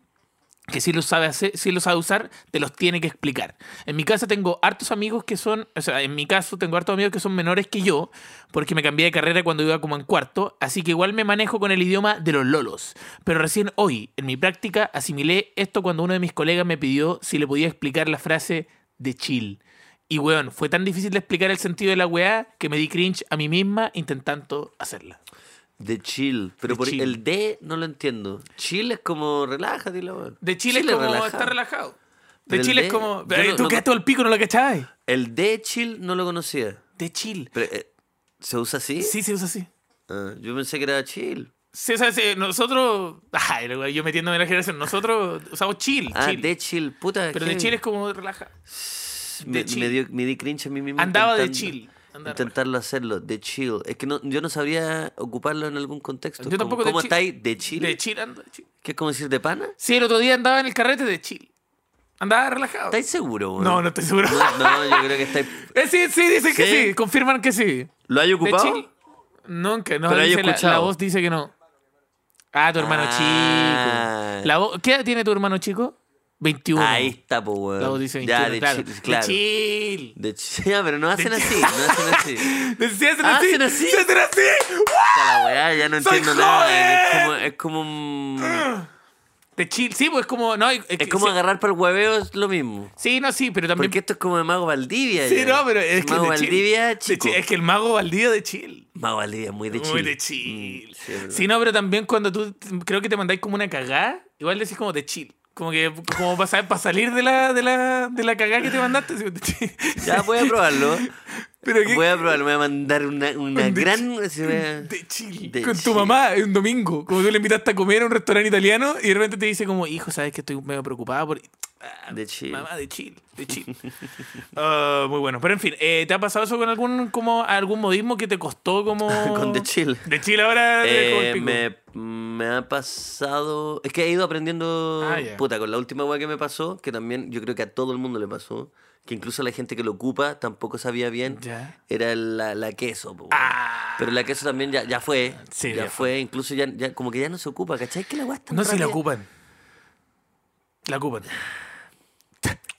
Speaker 2: que sí lo sabe hacer, sí lo sabe usar, te los tiene que explicar. En mi casa tengo hartos amigos que son, o sea, en mi caso tengo hartos amigos que son menores que yo, porque me cambié de carrera cuando iba como en cuarto, así que igual me manejo con el idioma de los lolos. Pero recién hoy, en mi práctica, asimilé esto cuando uno de mis colegas me pidió si le podía explicar la frase de chill. Y weón, fue tan difícil de explicar el sentido de la weá que me di cringe a mí misma intentando hacerla.
Speaker 3: De chill. Pero
Speaker 2: De
Speaker 3: por
Speaker 2: chill.
Speaker 3: el D no lo entiendo. Chill es como relájate, la weá.
Speaker 2: De Chile, es como
Speaker 3: relajado.
Speaker 2: estar relajado.
Speaker 3: Pero
Speaker 2: De
Speaker 3: el
Speaker 2: Chile
Speaker 3: de-
Speaker 2: es como.
Speaker 3: yo
Speaker 2: Eh,
Speaker 3: no-
Speaker 2: tú
Speaker 3: no-
Speaker 2: quedaste al pico, no lo cachabas.
Speaker 3: El D chill no lo conocía.
Speaker 2: De Chile.
Speaker 3: Pero, eh, ¿Se usa así?
Speaker 2: Sí, se usa así.
Speaker 3: Ah, yo pensé que era chill.
Speaker 2: Sí, o sea, sí, nosotros. Ay, lo- yo metiéndome en la generación. Nosotros usamos chill.
Speaker 3: Ah,
Speaker 2: chill.
Speaker 3: de chill. Puta.
Speaker 2: pero
Speaker 3: qué-
Speaker 2: de chill es como relaja.
Speaker 3: me,
Speaker 2: de chill.
Speaker 3: me dio- me di cringe a mí mismo.
Speaker 2: Andaba de
Speaker 3: intentando-
Speaker 2: chill. andaba relajado.
Speaker 3: Intentarlo hacerlo, de chill. Es que no, yo no sabría ocuparlo en algún contexto.
Speaker 2: Yo
Speaker 3: Como,
Speaker 2: tampoco de
Speaker 3: ¿Cómo
Speaker 2: chill.
Speaker 3: estáis? ¿De chill?
Speaker 2: De chill, ando de chill.
Speaker 3: ¿Qué es como decir de pana?
Speaker 2: Sí, el otro día andaba en el carrete de chill. Andaba relajado.
Speaker 3: ¿Estáis seguro, weón?
Speaker 2: No, no estoy seguro.
Speaker 3: No, no, yo creo que estáis.
Speaker 2: Eh, sí, sí, dicen que
Speaker 3: ¿Sí?
Speaker 2: sí. Confirman que sí.
Speaker 3: ¿Lo hay
Speaker 2: ¿De
Speaker 3: ocupado?
Speaker 2: chill? Nunca, no.
Speaker 3: Pero hay
Speaker 2: dice la,
Speaker 3: escuchado.
Speaker 2: la voz dice que no. Ah, tu hermano
Speaker 3: Ah.
Speaker 2: chico. La voz- ¿Qué edad tiene tu hermano chico? 21.
Speaker 3: Ahí está, po, weón.
Speaker 2: La voz dice 21.
Speaker 3: Ya, de
Speaker 2: claro.
Speaker 3: chill. Claro.
Speaker 2: De chill.
Speaker 3: De chill. Ah, pero no hacen así, no hacen así.
Speaker 2: Decía hacen
Speaker 3: Ah,
Speaker 2: así.
Speaker 3: hacen así.
Speaker 2: Se hacen así.
Speaker 3: Puta la weá, ya no
Speaker 2: ¡Soy
Speaker 3: entiendo nada.
Speaker 2: joven!
Speaker 3: Es como, es como un-
Speaker 2: De chill. Sí, pues es como. No, es,
Speaker 3: Es como
Speaker 2: sí,
Speaker 3: agarrar para el hueveo, es lo mismo.
Speaker 2: sí, no, sí, pero también.
Speaker 3: Porque esto es como de Mago Valdivia.
Speaker 2: Sí,
Speaker 3: ya.
Speaker 2: no, pero es que.
Speaker 3: Mago
Speaker 2: de chill.
Speaker 3: Valdivia,
Speaker 2: De
Speaker 3: chico.
Speaker 2: chill. Es que el mago Valdivia de chill.
Speaker 3: Mago Valdivia, muy de chill.
Speaker 2: Muy de chill.
Speaker 3: Mm, sí, es verdad.
Speaker 2: Sí, no, pero también cuando tú t- creo que te mandáis como una cagada, igual decís como de chill. Como que como para, saber- para salir de la, de la, de la cagada que te mandaste. así como de chill.
Speaker 3: Ya voy a probarlo.
Speaker 2: Pero qué-
Speaker 3: Voy a probarlo, me voy a mandar una, una
Speaker 2: De
Speaker 3: gran. así voy a-
Speaker 2: De chill.
Speaker 3: De
Speaker 2: con
Speaker 3: chill.
Speaker 2: tu mamá un domingo. Como tú le invitaste a comer a un restaurante italiano y de repente te dice como, hijo, sabes que estoy medio preocupada por... Ah,
Speaker 3: De chill.
Speaker 2: Mamá, de chill, de chill. Ah, muy bueno. Pero en fin, eh, ¿te ha pasado eso con algún como algún modismo que te costó como...
Speaker 3: Con de chill.
Speaker 2: De chill ahora... de como el
Speaker 3: Eh,
Speaker 2: pico?
Speaker 3: me, me ha pasado. Es que he ido aprendiendo.
Speaker 2: Ah, ya.
Speaker 3: Puta, con la última weá que me pasó, que también yo creo que a todo el mundo le pasó, que incluso a la gente que lo ocupa tampoco sabía bien.
Speaker 2: Ya.
Speaker 3: Era la, la queso, po, weón.
Speaker 2: Ah.
Speaker 3: Pero la queso también ya, ya fue.
Speaker 2: Sí,
Speaker 3: ya,
Speaker 2: ya
Speaker 3: fue. Incluso ya, ya como que ya no se ocupa, ¿cachai? Que la weá está
Speaker 2: No, si la ocupan. La ocupan.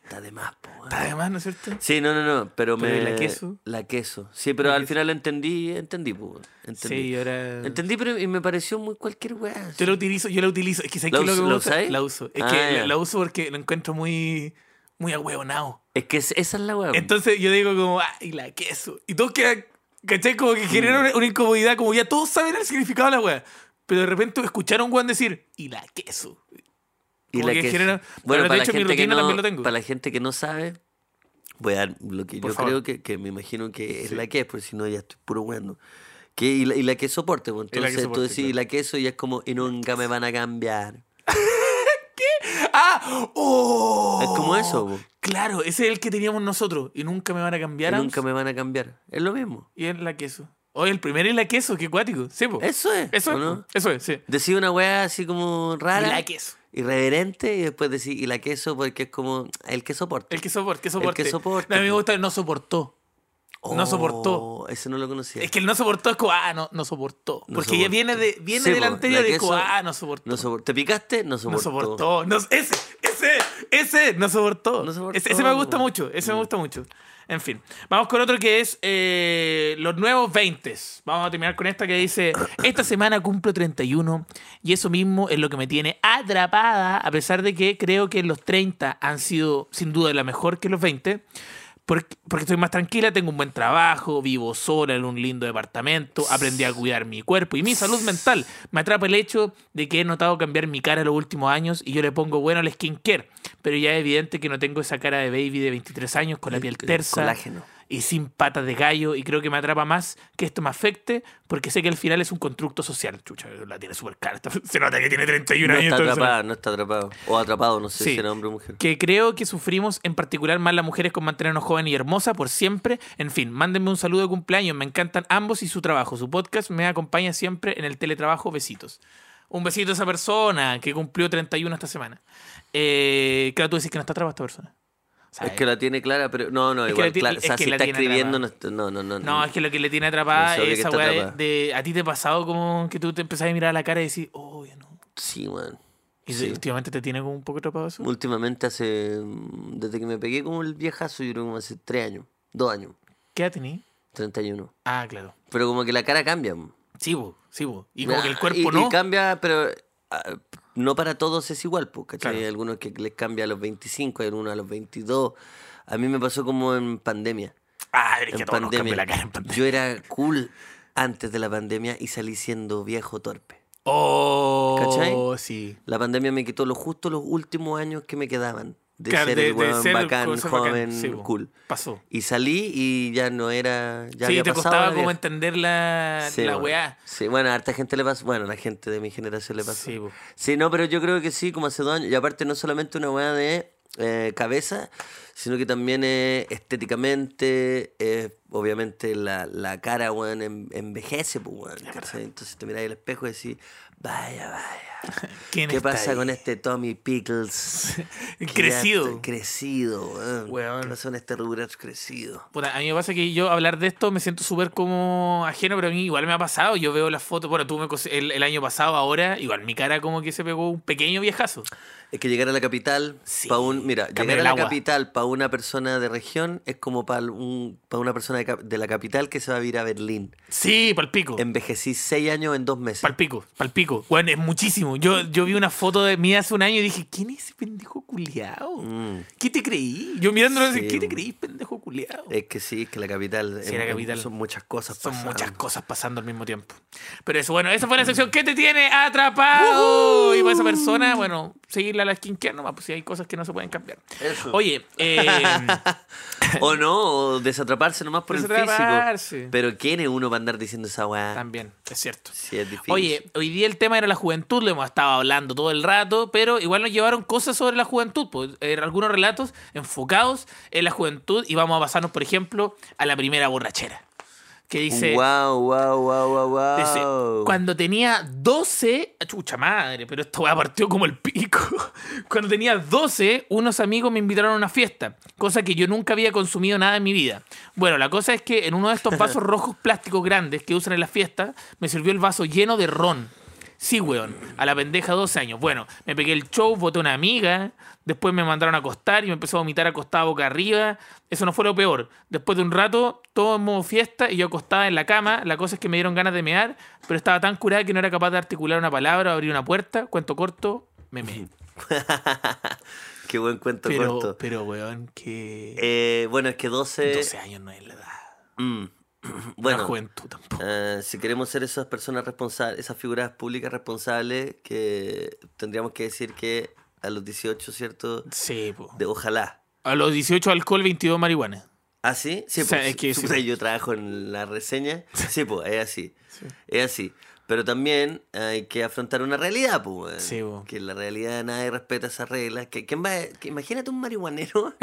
Speaker 3: Está de más, po, weón.
Speaker 2: Además, ¿no es cierto?
Speaker 3: Sí, no, no, no, pero,
Speaker 2: Pero
Speaker 3: me...
Speaker 2: ¿y la queso?
Speaker 3: La queso. Sí, pero al final entendí, entendí, po, weón. entendí.
Speaker 2: Sí, ahora...
Speaker 3: Entendí, pero y me pareció muy cualquier weá.
Speaker 2: Yo la utilizo, yo la utilizo. Es que ¿sabes
Speaker 3: ¿La
Speaker 2: qué es lo que
Speaker 3: us-
Speaker 2: me
Speaker 3: la
Speaker 2: gusta?
Speaker 3: usáis?
Speaker 2: La uso. Es
Speaker 3: Ah,
Speaker 2: que
Speaker 3: ya.
Speaker 2: la, la uso porque lo encuentro muy, muy ahueonado.
Speaker 3: Es que es- esa es la weá. po.
Speaker 2: Entonces yo digo como, ay, la queso. Y todos quedan, ¿cachai? Como que
Speaker 3: Mm.
Speaker 2: genera una, una incomodidad, como ya todos saben el significado de la wea. Pero de repente escucharon a un weón decir, y la queso.
Speaker 3: Y
Speaker 2: Como
Speaker 3: la
Speaker 2: que
Speaker 3: queso.
Speaker 2: genera-
Speaker 3: Bueno,
Speaker 2: bueno, de
Speaker 3: para,
Speaker 2: hecho,
Speaker 3: la
Speaker 2: mi
Speaker 3: gente que
Speaker 2: rutina
Speaker 3: no,
Speaker 2: también lo tengo.
Speaker 3: para la gente que no sabe, voy a dar lo que
Speaker 2: Por
Speaker 3: yo
Speaker 2: favor.
Speaker 3: creo que, que me imagino que es la que es, porque si no ya estoy puro bueno. Que, y, la, y la que soporte, pues,
Speaker 2: Y la que
Speaker 3: entonces tú
Speaker 2: soporte,
Speaker 3: decís, y la queso y es como, y nunca me van a cambiar.
Speaker 2: ¡Ah! ¡Oh!
Speaker 3: Es como eso, po.
Speaker 2: Claro, ese es el que teníamos nosotros. Y nunca me van a cambiar.
Speaker 3: Y
Speaker 2: Abs.
Speaker 3: nunca me van a cambiar. Es lo mismo.
Speaker 2: Y es la queso. Oye, el primero es la queso, qué cuático. Sí, po.
Speaker 3: Eso es.
Speaker 2: Eso
Speaker 3: ¿o
Speaker 2: es,
Speaker 3: no? Ah,
Speaker 2: eso es, sí.
Speaker 3: Decís una weá así como
Speaker 2: Y
Speaker 3: rara,
Speaker 2: la queso.
Speaker 3: irreverente, y después decís, y la queso, porque es como el que soporte.
Speaker 2: El que soporte, que soporte.
Speaker 3: soporte,
Speaker 2: A mí me
Speaker 3: po.
Speaker 2: gusta el no soportó. no soportó.
Speaker 3: Oh, Ese no lo conocía.
Speaker 2: Es que el no soportó es como, ah, no, no soportó.
Speaker 3: No
Speaker 2: Porque ya
Speaker 3: soportó.
Speaker 2: viene, de, viene
Speaker 3: Sí,
Speaker 2: del
Speaker 3: po,
Speaker 2: anterior
Speaker 3: la
Speaker 2: y es como,
Speaker 3: queso-
Speaker 2: ah, no soportó.
Speaker 3: No sopor- ¿Te picaste? No
Speaker 2: No
Speaker 3: soportó.
Speaker 2: soportó. No, ese, ese, ese, no soportó.
Speaker 3: No soportó. Mm.
Speaker 2: Ese, ese me gusta mucho, ese me gusta mucho. En fin, vamos con otro que es eh, los nuevos 20. Vamos a terminar con esta que dice, esta semana cumplo 31 y eso mismo es lo que me tiene atrapada, a pesar de que creo que los 30 han sido sin duda la mejor que los 20. Porque, porque estoy más tranquila, tengo un buen trabajo, vivo sola en un lindo departamento, aprendí a cuidar mi cuerpo y mi salud mental. Me atrapa el hecho de que he notado cambiar mi cara en los últimos años y yo le pongo bueno al skincare, pero ya es evidente que no tengo esa cara de baby de 23 años con la piel tersa
Speaker 3: Colágeno.
Speaker 2: y sin patas de gallo y creo que me atrapa más que esto me afecte porque sé que el final es un constructo social. Chucha, la tiene súper cara. esta- Se nota que tiene 31
Speaker 3: No
Speaker 2: años.
Speaker 3: está
Speaker 2: entonces,
Speaker 3: atrapado, no está atrapado. O atrapado, no sé
Speaker 2: Sí.
Speaker 3: si era hombre o mujer.
Speaker 2: que creo que sufrimos en particular más las mujeres con mantenernos joven y hermosa por siempre. En fin, mándenme un saludo de cumpleaños. Me encantan ambos y su trabajo. Su podcast me acompaña siempre en el teletrabajo. Besitos. Un besito a esa persona que cumplió 31 esta semana. Eh, claro, tú decís que no está atrapada esta persona. O sea,
Speaker 3: Es que la tiene clara, pero. No, no,
Speaker 2: Es que
Speaker 3: igual.
Speaker 2: la ti-
Speaker 3: claro, o
Speaker 2: es
Speaker 3: sea,
Speaker 2: que
Speaker 3: si
Speaker 2: la
Speaker 3: está
Speaker 2: tiene
Speaker 3: escribiendo, no, está- no, no, no.
Speaker 2: No, es que lo que le tiene atrapada
Speaker 3: No, sobre
Speaker 2: es
Speaker 3: que
Speaker 2: esa
Speaker 3: está
Speaker 2: weá de,
Speaker 3: atrapada.
Speaker 2: de- A ti te ha pasado como que tú te empezás a mirar a la cara y decís, oh, ya no.
Speaker 3: Sí, man.
Speaker 2: Y
Speaker 3: Sí.
Speaker 2: últimamente te tiene como un poco atrapado eso.
Speaker 3: Últimamente hace. mm, Desde que me pegué con el viejazo, yo creo como hace tres años, dos años,
Speaker 2: ¿Qué edad tenés?
Speaker 3: 31.
Speaker 2: Ah, claro.
Speaker 3: Pero como que la cara cambia. man.
Speaker 2: Sí, bo, sí, bo. Y como que el
Speaker 3: Ah,
Speaker 2: cuerpo
Speaker 3: y-
Speaker 2: no.
Speaker 3: Y cambia, pero ah, no para todos es igual, pues, ¿cachai?
Speaker 2: Claro.
Speaker 3: Hay algunos que les cambia a los 25, hay algunos a los 22. A mí me pasó como en pandemia.
Speaker 2: Ah, es que
Speaker 3: en
Speaker 2: a todos nos cambió la cara en pandemia.
Speaker 3: Yo era cool antes de la pandemia y salí siendo viejo torpe.
Speaker 2: Oh, sí.
Speaker 3: La pandemia me quitó lo justo los últimos años que me quedaban de
Speaker 2: Claro,
Speaker 3: ser
Speaker 2: de-
Speaker 3: el
Speaker 2: de
Speaker 3: weón
Speaker 2: ser
Speaker 3: bacán,
Speaker 2: cosa bacán,
Speaker 3: joven,
Speaker 2: sí, po.
Speaker 3: cool.
Speaker 2: Pasó.
Speaker 3: Y salí y ya no era. Ya
Speaker 2: sí,
Speaker 3: había
Speaker 2: te
Speaker 3: pasado
Speaker 2: costaba
Speaker 3: la
Speaker 2: como
Speaker 3: vieja.
Speaker 2: entender la,
Speaker 3: Sí,
Speaker 2: la
Speaker 3: bueno.
Speaker 2: weá.
Speaker 3: Sí, bueno, a harta gente le pasó. Bueno, a la gente de mi generación le pasó.
Speaker 2: Sí,
Speaker 3: Sí,
Speaker 2: po.
Speaker 3: no, pero yo creo que sí, como hace dos años. Y aparte, no solamente una weá de eh, cabeza, sino que también eh, estéticamente, eh, obviamente la, la cara, weón, en- envejece, pues, weón. ¿cachai? Entonces te miras al espejo y decís, vaya, vaya.
Speaker 2: ¿Quién
Speaker 3: ¿Qué
Speaker 2: está
Speaker 3: pasa
Speaker 2: ahí?
Speaker 3: con este Tommy Pickles? Que ya
Speaker 2: Crecido.
Speaker 3: está- Crecido, weón.
Speaker 2: Weón.
Speaker 3: ¿Qué pasa con este rubro crecido?
Speaker 2: Puta, a mí me pasa que yo hablar de esto me siento súper como ajeno, pero a mí igual me ha pasado. Yo veo las fotos, bueno, tú me cose- el, el año pasado, ahora, igual mi cara como que se pegó un pequeño viejazo.
Speaker 3: Es que llegar a la capital,
Speaker 2: Sí,
Speaker 3: pa' un, mira,
Speaker 2: cambiar
Speaker 3: llegar a
Speaker 2: el
Speaker 3: la
Speaker 2: agua.
Speaker 3: capital para una persona de región es como para un, pa' una persona de, cap- de la capital que se va a vivir a Berlín.
Speaker 2: Sí, palpico.
Speaker 3: Envejecí seis años en dos meses.
Speaker 2: Palpico, palpico. Bueno, es muchísimo. Yo, yo vi una foto de mí hace un año y dije, ¿quién es ese pendejo culiao?
Speaker 3: Mm,
Speaker 2: ¿Qué te creí? Yo mirándolo
Speaker 3: Sí,
Speaker 2: decía, ¿qué te
Speaker 3: bueno.
Speaker 2: creí, pendejo culiao?
Speaker 3: es que sí, es que la capital,
Speaker 2: Sí, la
Speaker 3: em- em-
Speaker 2: capital.
Speaker 3: son muchas cosas.
Speaker 2: Son
Speaker 3: pasando.
Speaker 2: muchas cosas pasando al mismo tiempo. Pero eso, bueno, esa fue la sección que te tiene atrapado. Y para esa persona, bueno, seguirla a la skincare nomás, pues si hay cosas que no se pueden cambiar.
Speaker 3: Eso.
Speaker 2: Oye, eh,
Speaker 3: O no, o desatraparse nomás por el
Speaker 2: Desatraparse.
Speaker 3: físico. Pero ¿quién es uno para andar diciendo esa weá?
Speaker 2: también, es cierto.
Speaker 3: Sí, es difícil.
Speaker 2: Oye, hoy día el tema era la juventud, lo hemos estado hablando todo el rato, pero igual nos llevaron cosas sobre la juventud, pues, eh, algunos relatos enfocados en la juventud y vamos a pasarnos, por ejemplo, a la primera borrachera, que dice...
Speaker 3: wow, wow, wow, wow,
Speaker 2: Dice,
Speaker 3: wow.
Speaker 2: cuando tenía 12, chucha madre, pero esto weá partió como el pico. Cuando tenía 12, unos amigos me invitaron a una fiesta, cosa que yo nunca había consumido nada en mi vida. Bueno, la cosa es que en uno de estos vasos rojos plásticos grandes que usan en las fiestas, me sirvió el vaso lleno de ron. Sí, weón, a la pendeja 12 años. Bueno, me pegué el show, boté una amiga, después me mandaron a acostar y me empezó a vomitar acostada boca arriba. Eso no fue lo peor. Después de un rato, todo en modo fiesta y yo acostada en la cama. La cosa es que me dieron ganas de mear, pero estaba tan curada que no era capaz de articular una palabra o abrir una puerta. Cuento corto, me meé.
Speaker 3: Qué buen cuento
Speaker 2: Pero,
Speaker 3: corto.
Speaker 2: pero, weón, que
Speaker 3: Eh, bueno, es que 12.
Speaker 2: 12 años no es la edad.
Speaker 3: mm,
Speaker 2: Bueno,
Speaker 3: bueno,
Speaker 2: la juventud tampoco.
Speaker 3: Eh, si queremos ser esas personas responsables, esas figuras públicas responsables, que tendríamos que decir que a los 18, ¿cierto?
Speaker 2: Sí, po.
Speaker 3: De, ojalá.
Speaker 2: A los 18 alcohol, 22 marihuana.
Speaker 3: ¿Ah, sí? Sí,
Speaker 2: O sea,
Speaker 3: pues,
Speaker 2: es que sí,
Speaker 3: puta,
Speaker 2: pues.
Speaker 3: yo trabajo en la reseña. Sí, pues, es así. Es así. Pero también hay que afrontar una realidad, pues. weón.
Speaker 2: Sí, po.
Speaker 3: Que la realidad nadie respeta esas reglas. Que, ¿quién va a- que imagínate un marihuanero.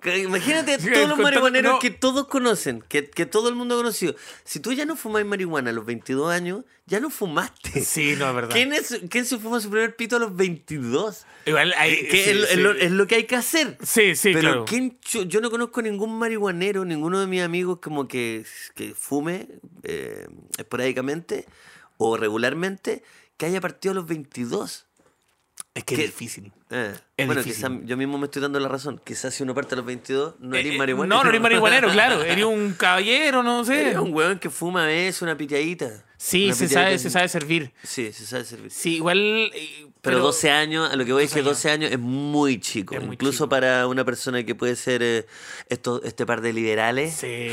Speaker 3: que imagínate
Speaker 2: Sí,
Speaker 3: todos los
Speaker 2: contando-
Speaker 3: marihuaneros
Speaker 2: no.
Speaker 3: que todos conocen, que, que todo el mundo ha conocido. Si tú ya no fumás marihuana a los 22 años, ya no fumaste.
Speaker 2: Sí, no, es verdad.
Speaker 3: ¿Quién, es, quién se fuma su primer pito a los 22?
Speaker 2: Igual hay-
Speaker 3: Que
Speaker 2: sí,
Speaker 3: es, lo-
Speaker 2: sí.
Speaker 3: es lo, es lo que hay que hacer.
Speaker 2: Sí, sí,
Speaker 3: Pero
Speaker 2: claro.
Speaker 3: ¿quién chu- yo no conozco ningún marihuanero, ninguno de mis amigos como que, que fume eh, esporádicamente o regularmente que haya partido a los 22.
Speaker 2: Es que
Speaker 3: qué-
Speaker 2: es difícil.
Speaker 3: Eh,
Speaker 2: Es
Speaker 3: bueno,
Speaker 2: difícil.
Speaker 3: quizás yo mismo me estoy dando la razón. Quizás si uno parte a los 22 no
Speaker 2: Eh,
Speaker 3: eres
Speaker 2: eh,
Speaker 3: marihuanero.
Speaker 2: No, no eres marihuanero, claro. Eres un caballero, no sé.
Speaker 3: Eres un weón que fuma es una piteadita.
Speaker 2: Sí,
Speaker 3: Una
Speaker 2: se
Speaker 3: piteadita
Speaker 2: sabe,
Speaker 3: es-
Speaker 2: se sabe servir.
Speaker 3: Sí, se sabe servir.
Speaker 2: Sí, igual. eh,
Speaker 3: Pero, 12 años, a lo que voy es
Speaker 2: 12
Speaker 3: que
Speaker 2: años.
Speaker 3: 12 años es muy chico.
Speaker 2: Es muy
Speaker 3: incluso
Speaker 2: chico.
Speaker 3: para una persona que puede ser eh, esto- este par de liberales.
Speaker 2: Sí.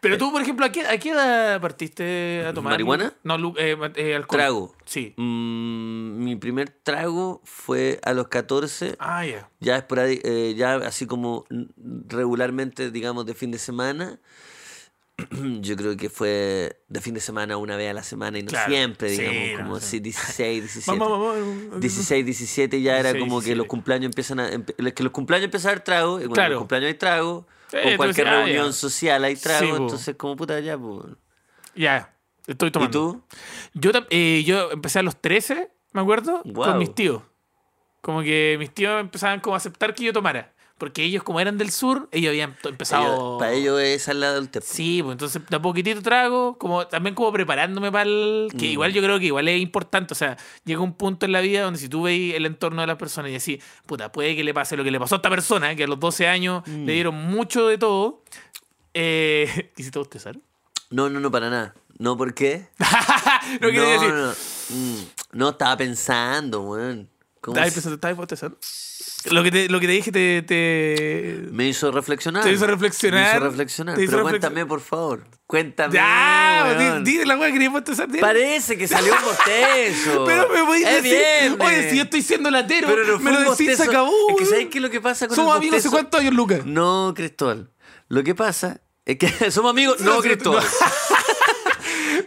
Speaker 2: Pero tú, por ejemplo, ¿a qué, a qué edad partiste a tomar?
Speaker 3: ¿Marihuana?
Speaker 2: No, lu- eh, eh, alcohol.
Speaker 3: Trago.
Speaker 2: Sí.
Speaker 3: Mm, mi primer trago fue a los 14
Speaker 2: Ah, ya.
Speaker 3: ya esporadi- eh, ya así como regularmente, digamos, de fin de semana. Yo creo que fue de fin de semana una vez a la semana y no
Speaker 2: Claro,
Speaker 3: siempre,
Speaker 2: sí,
Speaker 3: digamos,
Speaker 2: no,
Speaker 3: como
Speaker 2: sí.
Speaker 3: así 16, 17.
Speaker 2: Vamos, vamos, vamos.
Speaker 3: 16, 17 ya era
Speaker 2: 16,
Speaker 3: como que
Speaker 2: 17.
Speaker 3: los cumpleaños empiezan a empe- que los cumpleaños empiezan a dar trago, y cuando
Speaker 2: Claro.
Speaker 3: los cumpleaños hay trago,
Speaker 2: Sí,
Speaker 3: o
Speaker 2: tú dices,
Speaker 3: cualquier
Speaker 2: ah, ya.
Speaker 3: reunión social hay trago,
Speaker 2: Sí, po.
Speaker 3: entonces como puta ya, po.
Speaker 2: Ya, estoy
Speaker 3: ¿Y
Speaker 2: tomando.
Speaker 3: tú?
Speaker 2: Yo, tam- eh, yo empecé a los 13, me acuerdo,
Speaker 3: Guau.
Speaker 2: con mis tíos. Como que mis tíos empezaban como a aceptar que yo tomara. Porque ellos, como eran del sur, ellos habían to- empezado...
Speaker 3: Ellos- para ellos es al lado del tepo.
Speaker 2: Sí, pues entonces da poquitito trago, como también como preparándome para el... Que
Speaker 3: Mm.
Speaker 2: igual yo creo que igual es importante, o sea, llega un punto en la vida donde si tú veis el entorno de las personas y decís, puta, puede que le pase lo que le pasó a esta persona, que a los 12 años
Speaker 3: Mm.
Speaker 2: le dieron mucho de todo. Eh, ¿Quisiste bostezar?
Speaker 3: No, no, no, para nada. No, ¿por qué?
Speaker 2: no quería decir.
Speaker 3: No, Mm, no, estaba pensando, weón. ¿Cómo
Speaker 2: Estaba
Speaker 3: se-
Speaker 2: pensando- estaba bostezando. Lo que te, lo que te dije te... te-
Speaker 3: Me hizo reflexionar.
Speaker 2: Te hizo reflexionar.
Speaker 3: Me hizo reflexionar.
Speaker 2: Te hizo
Speaker 3: Pero
Speaker 2: reflex-
Speaker 3: cuéntame, por favor. Cuéntame.
Speaker 2: Ya,
Speaker 3: weón.
Speaker 2: di, di la weá que quería bostezar. di.
Speaker 3: Parece que salió un bostezo.
Speaker 2: Pero me podéis
Speaker 3: Es
Speaker 2: decir,
Speaker 3: viernes.
Speaker 2: oye, si yo estoy siendo latero,
Speaker 3: Pero no fue
Speaker 2: me lo
Speaker 3: un
Speaker 2: decís, se
Speaker 3: bostezo.
Speaker 2: acabó.
Speaker 3: Es que
Speaker 2: weón.
Speaker 3: ¿sabes qué es lo que pasa con
Speaker 2: Somos
Speaker 3: el
Speaker 2: amigos hace
Speaker 3: bostezo?
Speaker 2: cuántos años, Lucas.
Speaker 3: No, Cristóbal. Lo que pasa es que somos amigos.
Speaker 2: No,
Speaker 3: No,
Speaker 2: sí,
Speaker 3: Cristóbal.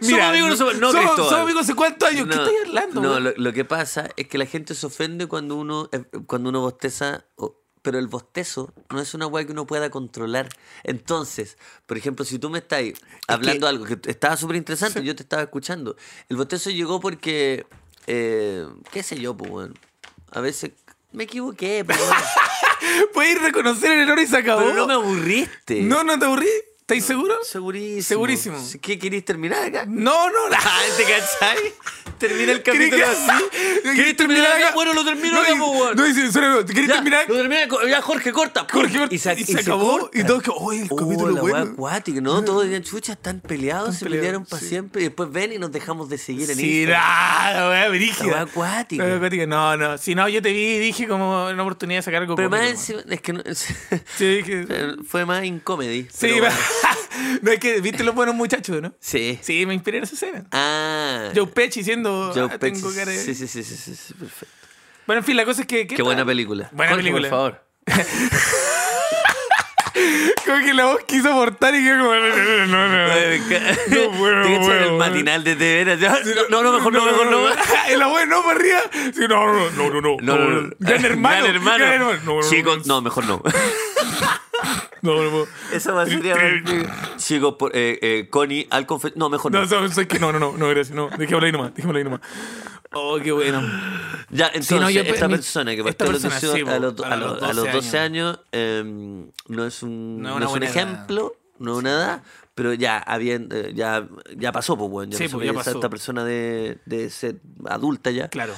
Speaker 2: Mira,
Speaker 3: somos amigos, no somos. No,
Speaker 2: somos-
Speaker 3: Cristóbal.
Speaker 2: somos amigos hace cuántos años. ¿Qué
Speaker 3: No,
Speaker 2: estás hablando?
Speaker 3: No,
Speaker 2: weón?
Speaker 3: lo, lo que pasa es que la gente se ofende cuando uno, eh, cuando uno bosteza, o- pero el bostezo no es una weá que uno pueda controlar. Entonces, por ejemplo, si tú me estás hablando algo que estaba súper interesante, yo te estaba escuchando. El bostezo llegó porque, eh, qué sé yo, pues, weón. A veces me equivoqué, pero, weón.
Speaker 2: Puedes reconocer el error y se acabó.
Speaker 3: Pero no me aburriste.
Speaker 2: no, no te aburrí. ¿Estáis seguro?
Speaker 3: Segurísimo.
Speaker 2: Segurísimo.
Speaker 3: ¿Qué querés terminar acá?
Speaker 2: No, no, la.
Speaker 3: Ah, ¿Te cachai? Termina el capítulo
Speaker 2: ¿Querés que-
Speaker 3: así. ¿Querés terminar acá? Bueno, lo termino
Speaker 2: no,
Speaker 3: acá,
Speaker 2: y-
Speaker 3: po, pues, weón.
Speaker 2: No, dice, suena, ¿te querés
Speaker 3: Ya,
Speaker 2: terminar?
Speaker 3: Lo termina, co- ya Jorge corta. pum,
Speaker 2: Jorge corta, y se acabó, y todos que, "Oye, el
Speaker 3: Oh,
Speaker 2: capítulo
Speaker 3: la
Speaker 2: bueno".
Speaker 3: wea acuática, ¿no? Todos decían, chucha, están
Speaker 2: Están
Speaker 3: peleados, se
Speaker 2: peleados,
Speaker 3: pelearon para
Speaker 2: sí.
Speaker 3: siempre. Y después ven y nos dejamos de seguir en
Speaker 2: Sí,
Speaker 3: Instagram.
Speaker 2: ah, la weá brígida.
Speaker 3: La wea acuática.
Speaker 2: La wea acuática. No, no. Si no, yo te vi y dije como una oportunidad de sacar algo
Speaker 3: Pero más
Speaker 2: cómico.
Speaker 3: encima, es que no-
Speaker 2: Sí, dije-
Speaker 3: fue más incomedy.
Speaker 2: Sí, no es que viste los buenos muchachos, ¿no?
Speaker 3: Sí.
Speaker 2: Sí, me inspiré en esa escena.
Speaker 3: Ah.
Speaker 2: Joe Pesci diciendo
Speaker 3: Joe
Speaker 2: "Ah,
Speaker 3: Pesci.
Speaker 2: tengo cara de-".
Speaker 3: Sí, sí, sí, sí, sí, sí, perfecto.
Speaker 2: Bueno, en fin, la cosa es que.
Speaker 3: Qué,
Speaker 2: tal?
Speaker 3: buena película.
Speaker 2: Buena
Speaker 3: Jorge,
Speaker 2: película.
Speaker 3: Por favor.
Speaker 2: Como que la voz quiso aportar y que como. No, no, no.
Speaker 3: No,
Speaker 2: bueno,
Speaker 3: Te cachai
Speaker 2: bueno,
Speaker 3: el matinal de TV. No, no, mejor no, mejor no.
Speaker 2: El abuelo no para arriba. Sí, no, no, no, no, no.
Speaker 3: No, no, no.
Speaker 2: Gran hermano.
Speaker 3: Gran hermano.
Speaker 2: Gran hermano. No, no, no,
Speaker 3: Chicos, no, mejor no.
Speaker 2: No, no, no.
Speaker 3: Esa va a ser. Chicos, por- eh, eh, Connie, al confes. No, mejor no.
Speaker 2: No, sabes sabes que no, no, no, no, gracias. No, dejémoslo ahí nomás, dejémoslo ahí nomás. Oh, qué bueno.
Speaker 3: Ya, entonces,
Speaker 2: no, yo-
Speaker 3: esta
Speaker 2: mi-
Speaker 3: persona que
Speaker 2: esta
Speaker 3: partió a los
Speaker 2: persona,
Speaker 3: 18
Speaker 2: sí,
Speaker 3: a los,
Speaker 2: po,
Speaker 3: a los- a los 12 años, eh, no es un,
Speaker 2: No es
Speaker 3: no
Speaker 2: una
Speaker 3: es un
Speaker 2: buena edad.
Speaker 3: ejemplo, no es una edad, pero ya, había, eh, ya, ya pasó, pues, bueno, ya,
Speaker 2: Sí,
Speaker 3: pasó,
Speaker 2: po, ya
Speaker 3: que esa-
Speaker 2: pasó.
Speaker 3: Esta persona de, de ser adulta ya,
Speaker 2: Claro.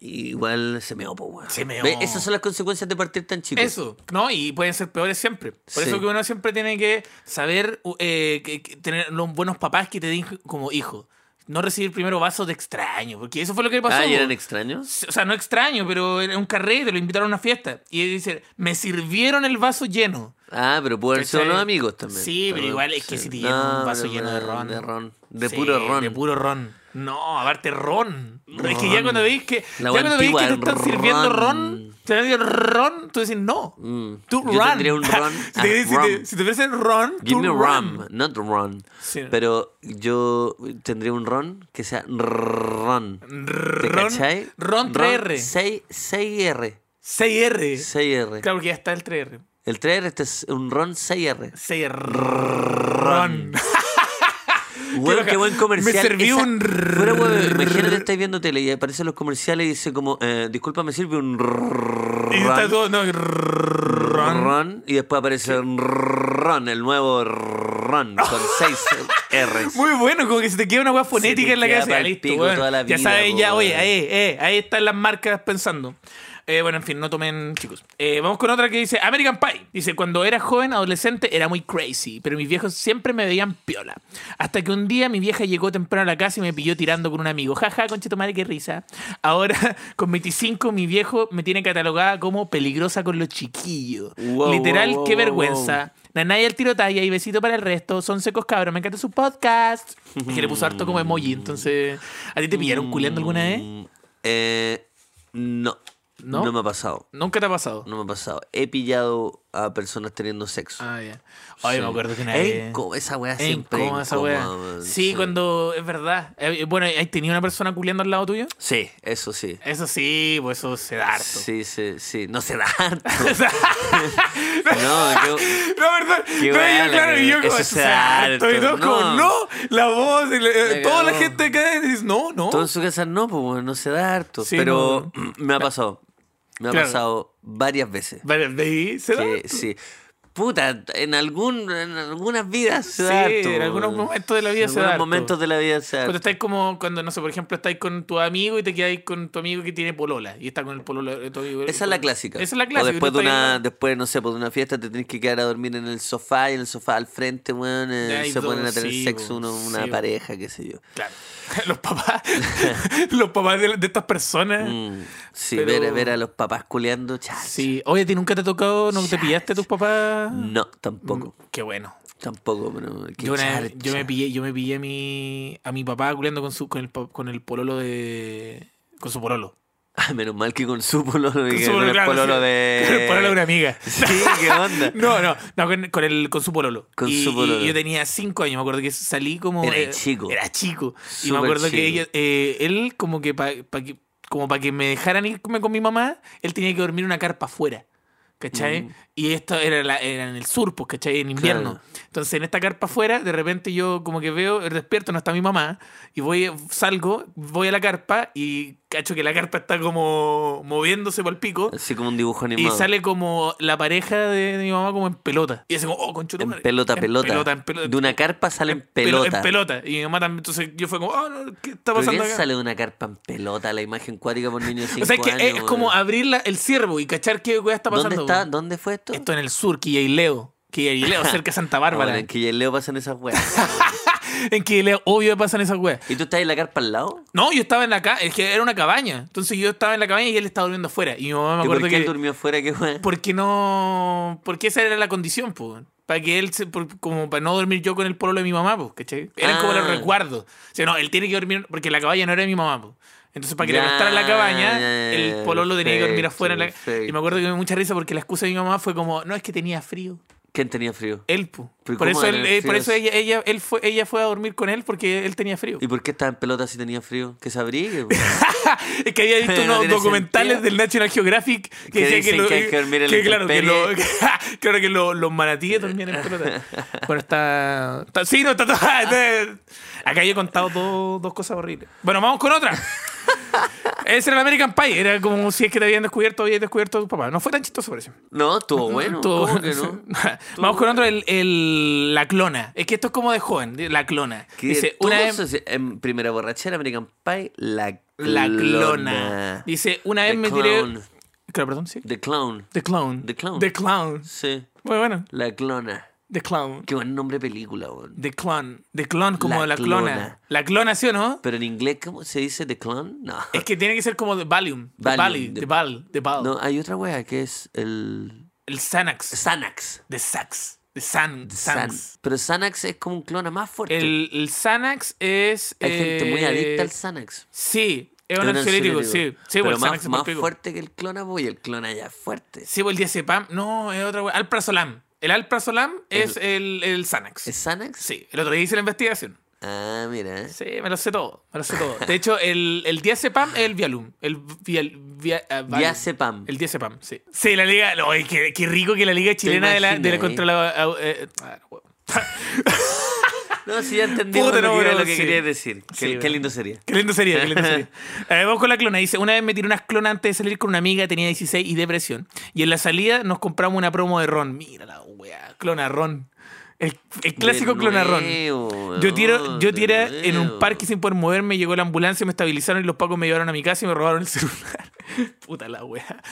Speaker 3: igual se meó, pues, bueno.
Speaker 2: Se meó.
Speaker 3: Ve, Esas son las consecuencias de partir tan chico.
Speaker 2: Eso, ¿no? Y pueden ser peores siempre. Por
Speaker 3: Sí.
Speaker 2: eso que uno siempre tiene que saber u- eh, que- que tener los buenos papás que te den como hijo. No recibir primero vasos de extraño, porque eso fue lo que le pasó. pues.
Speaker 3: Ah, ¿y
Speaker 2: po.
Speaker 3: eran extraños?
Speaker 2: o sea, no extraño, pero era un carrete, lo invitaron a una fiesta. Y él dice, me sirvieron el vaso lleno.
Speaker 3: Ah, pero pueden ser
Speaker 2: ¿Cachai?
Speaker 3: los amigos también.
Speaker 2: Sí, pero igual es que si te llenan un vaso
Speaker 3: pero
Speaker 2: lleno de ron.
Speaker 3: De ron. De
Speaker 2: Sí,
Speaker 3: puro ron.
Speaker 2: De puro ron. No, aparte ron. Es que ya cuando veis que, ya
Speaker 3: La
Speaker 2: cuando veis que te
Speaker 3: antigua,
Speaker 2: están sirviendo ron,
Speaker 3: ron.
Speaker 2: te dan el ron, tú decís no.
Speaker 3: Mm.
Speaker 2: Tú
Speaker 3: Yo
Speaker 2: ron.
Speaker 3: tendría un ron.
Speaker 2: si, te,
Speaker 3: Ah,
Speaker 2: si, te,
Speaker 3: rum.
Speaker 2: si te ofrecen ron,
Speaker 3: Give
Speaker 2: tú
Speaker 3: me
Speaker 2: rum.
Speaker 3: rum, not ron.
Speaker 2: Sí.
Speaker 3: Pero yo tendría un ron que sea ron. ¿Te
Speaker 2: Ron,
Speaker 3: cachai?
Speaker 2: ron 3R.
Speaker 3: 6, 6R.
Speaker 2: 6R.
Speaker 3: 6R.
Speaker 2: Claro que ya está el 3R.
Speaker 3: El 3R este es un ron 6R.
Speaker 2: 6R. Ron.
Speaker 3: Bueno,
Speaker 2: loca.
Speaker 3: qué buen comercial.
Speaker 2: Me serví
Speaker 3: Esa-
Speaker 2: un
Speaker 3: Fuera, weón, imagínate, estáis viendo tele y aparecen los comerciales y dice como, eh, disculpa, me sirve un ron.
Speaker 2: Y está todo. No, ron.
Speaker 3: Ron, y después aparece un Ron, el nuevo Ron, con seis R's.
Speaker 2: Muy bueno, como que se te queda una hueá fonética
Speaker 3: te
Speaker 2: en la
Speaker 3: queda
Speaker 2: cabeza.
Speaker 3: pa'l
Speaker 2: Ya, listo,
Speaker 3: pico
Speaker 2: weón.
Speaker 3: toda la
Speaker 2: ya
Speaker 3: vida,
Speaker 2: sabes, ya,
Speaker 3: po,
Speaker 2: oye,
Speaker 3: weón.
Speaker 2: ahí, eh, ahí están las marcas pensando. Eh, bueno, en fin, no tomen, chicos. Eh, vamos con otra que dice American Pie. Dice, cuando era joven, adolescente, era muy crazy, pero mis viejos siempre me veían piola. Hasta que un día mi vieja llegó temprano a la casa y me pilló tirando con un amigo. Jaja, concha tu madre, qué risa. Ahora, con 25, mi viejo me tiene catalogada como peligrosa con los chiquillos.
Speaker 3: Wow,
Speaker 2: Literal,
Speaker 3: wow,
Speaker 2: qué
Speaker 3: wow,
Speaker 2: vergüenza.
Speaker 3: wow.
Speaker 2: Nanay al tiro talla y besito para el resto. Son secos cabros, me encanta su podcast. Es que le puso harto como emoji, entonces. ¿A ti te pillaron culeando alguna vez?
Speaker 3: Mm, eh, no.
Speaker 2: ¿No?
Speaker 3: me ha pasado.
Speaker 2: Nunca te ha pasado.
Speaker 3: No me ha pasado. He pillado a personas teniendo sexo.
Speaker 2: Ah, ya. Ay,
Speaker 3: Sí.
Speaker 2: me acuerdo que una
Speaker 3: Es
Speaker 2: vez-
Speaker 3: incó- esa weá
Speaker 2: Es
Speaker 3: siempre.
Speaker 2: incómoda esa wea.
Speaker 3: incómoda, man.
Speaker 2: Sí, cuando es verdad. Eh, bueno, ¿has tenido una persona culiando al lado tuyo?
Speaker 3: Sí, eso sí.
Speaker 2: Eso sí, pues eso se da harto.
Speaker 3: Sí, sí, sí. No se da harto. no, yo.
Speaker 2: No, perdón.
Speaker 3: Qué
Speaker 2: no,
Speaker 3: buena,
Speaker 2: yo, claro, y yo
Speaker 3: eso
Speaker 2: como,
Speaker 3: se
Speaker 2: eso se
Speaker 3: da
Speaker 2: da harto. Y
Speaker 3: harto.
Speaker 2: todos como,
Speaker 3: No.
Speaker 2: no, la voz, y le- eh,
Speaker 3: Me
Speaker 2: toda la
Speaker 3: cagó.
Speaker 2: gente acá dice, no, no.
Speaker 3: Todo en su casa no, pues bueno, no se da harto.
Speaker 2: Sí, pues,
Speaker 3: pero me ha pasado. Me ha
Speaker 2: Claro.
Speaker 3: pasado varias veces.
Speaker 2: Vale, de ahí se da.
Speaker 3: Que, sí. Puta, en, algún, en algunas vidas se da
Speaker 2: Sí,
Speaker 3: harto.
Speaker 2: en algunos
Speaker 3: weón.
Speaker 2: momentos de la vida
Speaker 3: En
Speaker 2: se da
Speaker 3: algunos
Speaker 2: harto.
Speaker 3: momentos de la vida se da
Speaker 2: Cuando
Speaker 3: harto.
Speaker 2: estáis como, cuando no sé, por ejemplo, estáis con tu amigo y te quedáis con tu amigo que tiene polola y está con el polola de tu amigo.
Speaker 3: Esa es la clásica.
Speaker 2: Esa es la clásica.
Speaker 3: O después
Speaker 2: tú
Speaker 3: de
Speaker 2: estás
Speaker 3: una,
Speaker 2: ahí-
Speaker 3: después, no sé, por una fiesta te tenés que quedar a dormir en el sofá y en el sofá al frente, weón, eh,
Speaker 2: Ay,
Speaker 3: se ponen a
Speaker 2: dos,
Speaker 3: tener
Speaker 2: sí,
Speaker 3: sexo
Speaker 2: bo,
Speaker 3: uno,
Speaker 2: sí,
Speaker 3: una
Speaker 2: bo.
Speaker 3: pareja, qué sé yo.
Speaker 2: Claro. Los papás, los papás de, de estas personas.
Speaker 3: Mm, sí,
Speaker 2: Eh, Pero-
Speaker 3: ver, a- ver a los papás culeando, chas.
Speaker 2: Sí. Oye, ¿a ti nunca te ha tocado, no te pillaste a tus papás?
Speaker 3: No, tampoco,
Speaker 2: Qué bueno.
Speaker 3: tampoco, pero mm. qué
Speaker 2: Yo, una vez- yo me
Speaker 3: charcha.
Speaker 2: pillé, yo me pillé a mi, a mi papá culiando con su, con el, pa- con el pololo de. con su pololo.
Speaker 3: Ah, menos mal que con su pololo,
Speaker 2: Con
Speaker 3: que
Speaker 2: su
Speaker 3: con el
Speaker 2: claro,
Speaker 3: pololo
Speaker 2: sí.
Speaker 3: de...
Speaker 2: Con el pololo de una amiga.
Speaker 3: Sí, qué onda.
Speaker 2: No, no, no, con, con el, con su pololo.
Speaker 3: Con
Speaker 2: y,
Speaker 3: su
Speaker 2: y
Speaker 3: pololo.
Speaker 2: yo tenía cinco años, me acuerdo que salí como.
Speaker 3: Era
Speaker 2: eh,
Speaker 3: chico.
Speaker 2: Era chico. y me
Speaker 3: Súper
Speaker 2: acuerdo que ella-
Speaker 3: chico.
Speaker 2: eh, él, como que para que, como para que me dejaran irme con mi mamá, él tenía que dormir en una carpa afuera. ¿Cachai?
Speaker 3: Mm.
Speaker 2: Y esto era, la- era en el sur, pues, ¿cachai? En invierno.
Speaker 3: Claro.
Speaker 2: Entonces, en esta carpa afuera, de repente yo como que veo, despierto, no está mi mamá, y voy, salgo, voy a la carpa y cacho que la carpa está como moviéndose por el pico.
Speaker 3: Así como un dibujo
Speaker 2: Y
Speaker 3: animado.
Speaker 2: sale como la pareja de, de mi mamá como en pelota. Y hace como, oh, conchuta.
Speaker 3: en pelota, pelota.
Speaker 2: en pelota.
Speaker 3: De una carpa sale en
Speaker 2: pelo-
Speaker 3: pelota.
Speaker 2: En pelota. Y mi mamá también. Entonces yo fue como, oh, no, ¿qué está
Speaker 3: ¿Pero
Speaker 2: pasando
Speaker 3: quién
Speaker 2: acá?
Speaker 3: sale de una carpa en pelota? La imagen cuática por niños de 5
Speaker 2: o sea, es que
Speaker 3: años.
Speaker 2: es- es como
Speaker 3: weón.
Speaker 2: abrir la- el ciervo y cachar qué weá está
Speaker 3: ¿Dónde,
Speaker 2: pasando.
Speaker 3: está,
Speaker 2: weón.
Speaker 3: ¿Dónde fue esto?
Speaker 2: Esto en el sur, Quillaisleo. Quillaisleo, cerca de Santa
Speaker 3: Ah, bueno,
Speaker 2: Bárbara.
Speaker 3: en Quilleleo pasan esas weas.
Speaker 2: en Quillaisleo, obvio, pasan esas weas.
Speaker 3: ¿Y tú estás en la carpa al lado?
Speaker 2: No, yo estaba en la casa, es que era una cabaña. Entonces yo estaba en la cabaña y él estaba durmiendo afuera. Y mi mamá me
Speaker 3: ¿Y
Speaker 2: acuerdo
Speaker 3: por qué
Speaker 2: que.
Speaker 3: él durmió afuera? ¿Qué wea?
Speaker 2: Porque no. Porque esa era la condición, pues. Para que él, se, por- como para no dormir yo con el pololo de mi mamá, pues, ¿cachai? Eran como los
Speaker 3: Ah.
Speaker 2: recuerdos. O sea, no, él tiene que dormir, porque la cabaña no era de mi mamá, pues. Entonces, para que le
Speaker 3: Ya,
Speaker 2: prestara la cabaña,
Speaker 3: ya, ya,
Speaker 2: el pololo tenía que dormir
Speaker 3: perfecto,
Speaker 2: afuera. en la- Y me acuerdo que me dio mucha risa porque la excusa de mi mamá fue como, no, es que tenía frío.
Speaker 3: ¿Quién tenía frío?
Speaker 2: Él, pues.
Speaker 3: Pero ¿y
Speaker 2: Por
Speaker 3: cómo
Speaker 2: eso,
Speaker 3: era
Speaker 2: él-
Speaker 3: el
Speaker 2: eh, por
Speaker 3: frío
Speaker 2: eso
Speaker 3: ese?
Speaker 2: ella, ella, él fue, ella fue a dormir con él porque él tenía frío.
Speaker 3: ¿Y por qué estaba en pelota si tenía frío? Que se abrigue. weón.
Speaker 2: Es que había visto
Speaker 3: No
Speaker 2: unos
Speaker 3: tiene
Speaker 2: documentales
Speaker 3: sentido.
Speaker 2: del National Geographic que,
Speaker 3: Que
Speaker 2: decían
Speaker 3: dicen
Speaker 2: lo-
Speaker 3: que hay que dormir en la
Speaker 2: que claro, que
Speaker 3: intemperie.
Speaker 2: lo- claro que lo- los manatíes dormían en pelota. Bueno, está, está- Sí, no, está todo.
Speaker 3: Ah.
Speaker 2: está- acá yo he contado dos- dos cosas horribles. Bueno, vamos con otra. Ese era el American Pie. Era como si es que te habían descubierto, habías descubierto a tu papá. No fue tan chistoso, parece.
Speaker 3: No, estuvo bueno.
Speaker 2: Todo-
Speaker 3: ¿Cómo que no?
Speaker 2: Vamos con otro, el, el- la clona. Es que esto es como de joven, de- la clona.
Speaker 3: Que
Speaker 2: Dice,
Speaker 3: todo
Speaker 2: una vez-
Speaker 3: eso se- en primera borrachera, American Pie, la
Speaker 2: la clona.
Speaker 3: clona.
Speaker 2: Dice, una vez
Speaker 3: The
Speaker 2: me
Speaker 3: clown.
Speaker 2: tiré... Claro, perdón, sí.
Speaker 3: The clown.
Speaker 2: The Clown.
Speaker 3: The Clown.
Speaker 2: The Clown.
Speaker 3: Sí,
Speaker 2: Muy bueno.
Speaker 3: la clona.
Speaker 2: The Clown.
Speaker 3: Qué buen nombre de película, weón.
Speaker 2: The Clown. The Clown como la,
Speaker 3: La
Speaker 2: clona.
Speaker 3: clona.
Speaker 2: La clona, ¿sí o no?
Speaker 3: Pero en inglés, ¿cómo se dice? ¿The Clon? No.
Speaker 2: Es que tiene que ser como The Valium. The
Speaker 3: Valium,
Speaker 2: Valium.
Speaker 3: the-
Speaker 2: The Val. The Val.
Speaker 3: No, hay otra wea que es el.
Speaker 2: El Xanax.
Speaker 3: Xanax.
Speaker 2: The Sax. The San.
Speaker 3: San-
Speaker 2: Xanax.
Speaker 3: Pero Xanax es como un clona más fuerte.
Speaker 2: El, el Xanax es...
Speaker 3: Hay gente muy
Speaker 2: eh,
Speaker 3: adicta al Xanax.
Speaker 2: Sí. Es
Speaker 3: Es
Speaker 2: un ansiolítico, sí.
Speaker 3: ansiolítico.
Speaker 2: Sí, pues
Speaker 3: Pero
Speaker 2: el Xanax
Speaker 3: más,
Speaker 2: es
Speaker 3: más
Speaker 2: por pico.
Speaker 3: fuerte que el clona, pues, y el clona ya es fuerte.
Speaker 2: Sí, pues el diazepam. No, es otra... wea. Alprazolam. El alprazolam es el, el Xanax.
Speaker 3: ¿Es Xanax?
Speaker 2: Sí. El otro día hice la investigación.
Speaker 3: Ah, mira.
Speaker 2: Sí, me lo sé todo, me lo sé todo. De hecho, el, el diazepam es el Vialum. El vial, via- ah, Valium.
Speaker 3: Diazepam.
Speaker 2: El diazepam, sí. Sí, la liga... Oye, qué, qué rico que la liga chilena de la, de la
Speaker 3: imaginas,
Speaker 2: contra la... ah, eh, ah, huevo.
Speaker 3: No, sí, ya entendí
Speaker 2: Puta, no,
Speaker 3: lo que, era
Speaker 2: bro,
Speaker 3: lo que
Speaker 2: sí.
Speaker 3: quería decir. Qué,
Speaker 2: Sí,
Speaker 3: qué
Speaker 2: bro.
Speaker 3: lindo sería.
Speaker 2: Qué lindo sería, qué lindo sería. Eh, vamos con la clona. Dice, una vez me tiré unas clonas antes de salir con una amiga, tenía 16 y depresión. Y en la salida nos compramos una promo de Ron. Mira la weá, clona Ron. El, el clásico
Speaker 3: De
Speaker 2: clona Ron.
Speaker 3: nuevo,
Speaker 2: Yo tiro,
Speaker 3: weón,
Speaker 2: yo
Speaker 3: de
Speaker 2: tiré en un
Speaker 3: nuevo.
Speaker 2: parque sin poder moverme, llegó la ambulancia, me estabilizaron y los pacos me llevaron a mi casa y me robaron el celular. Puta la wea.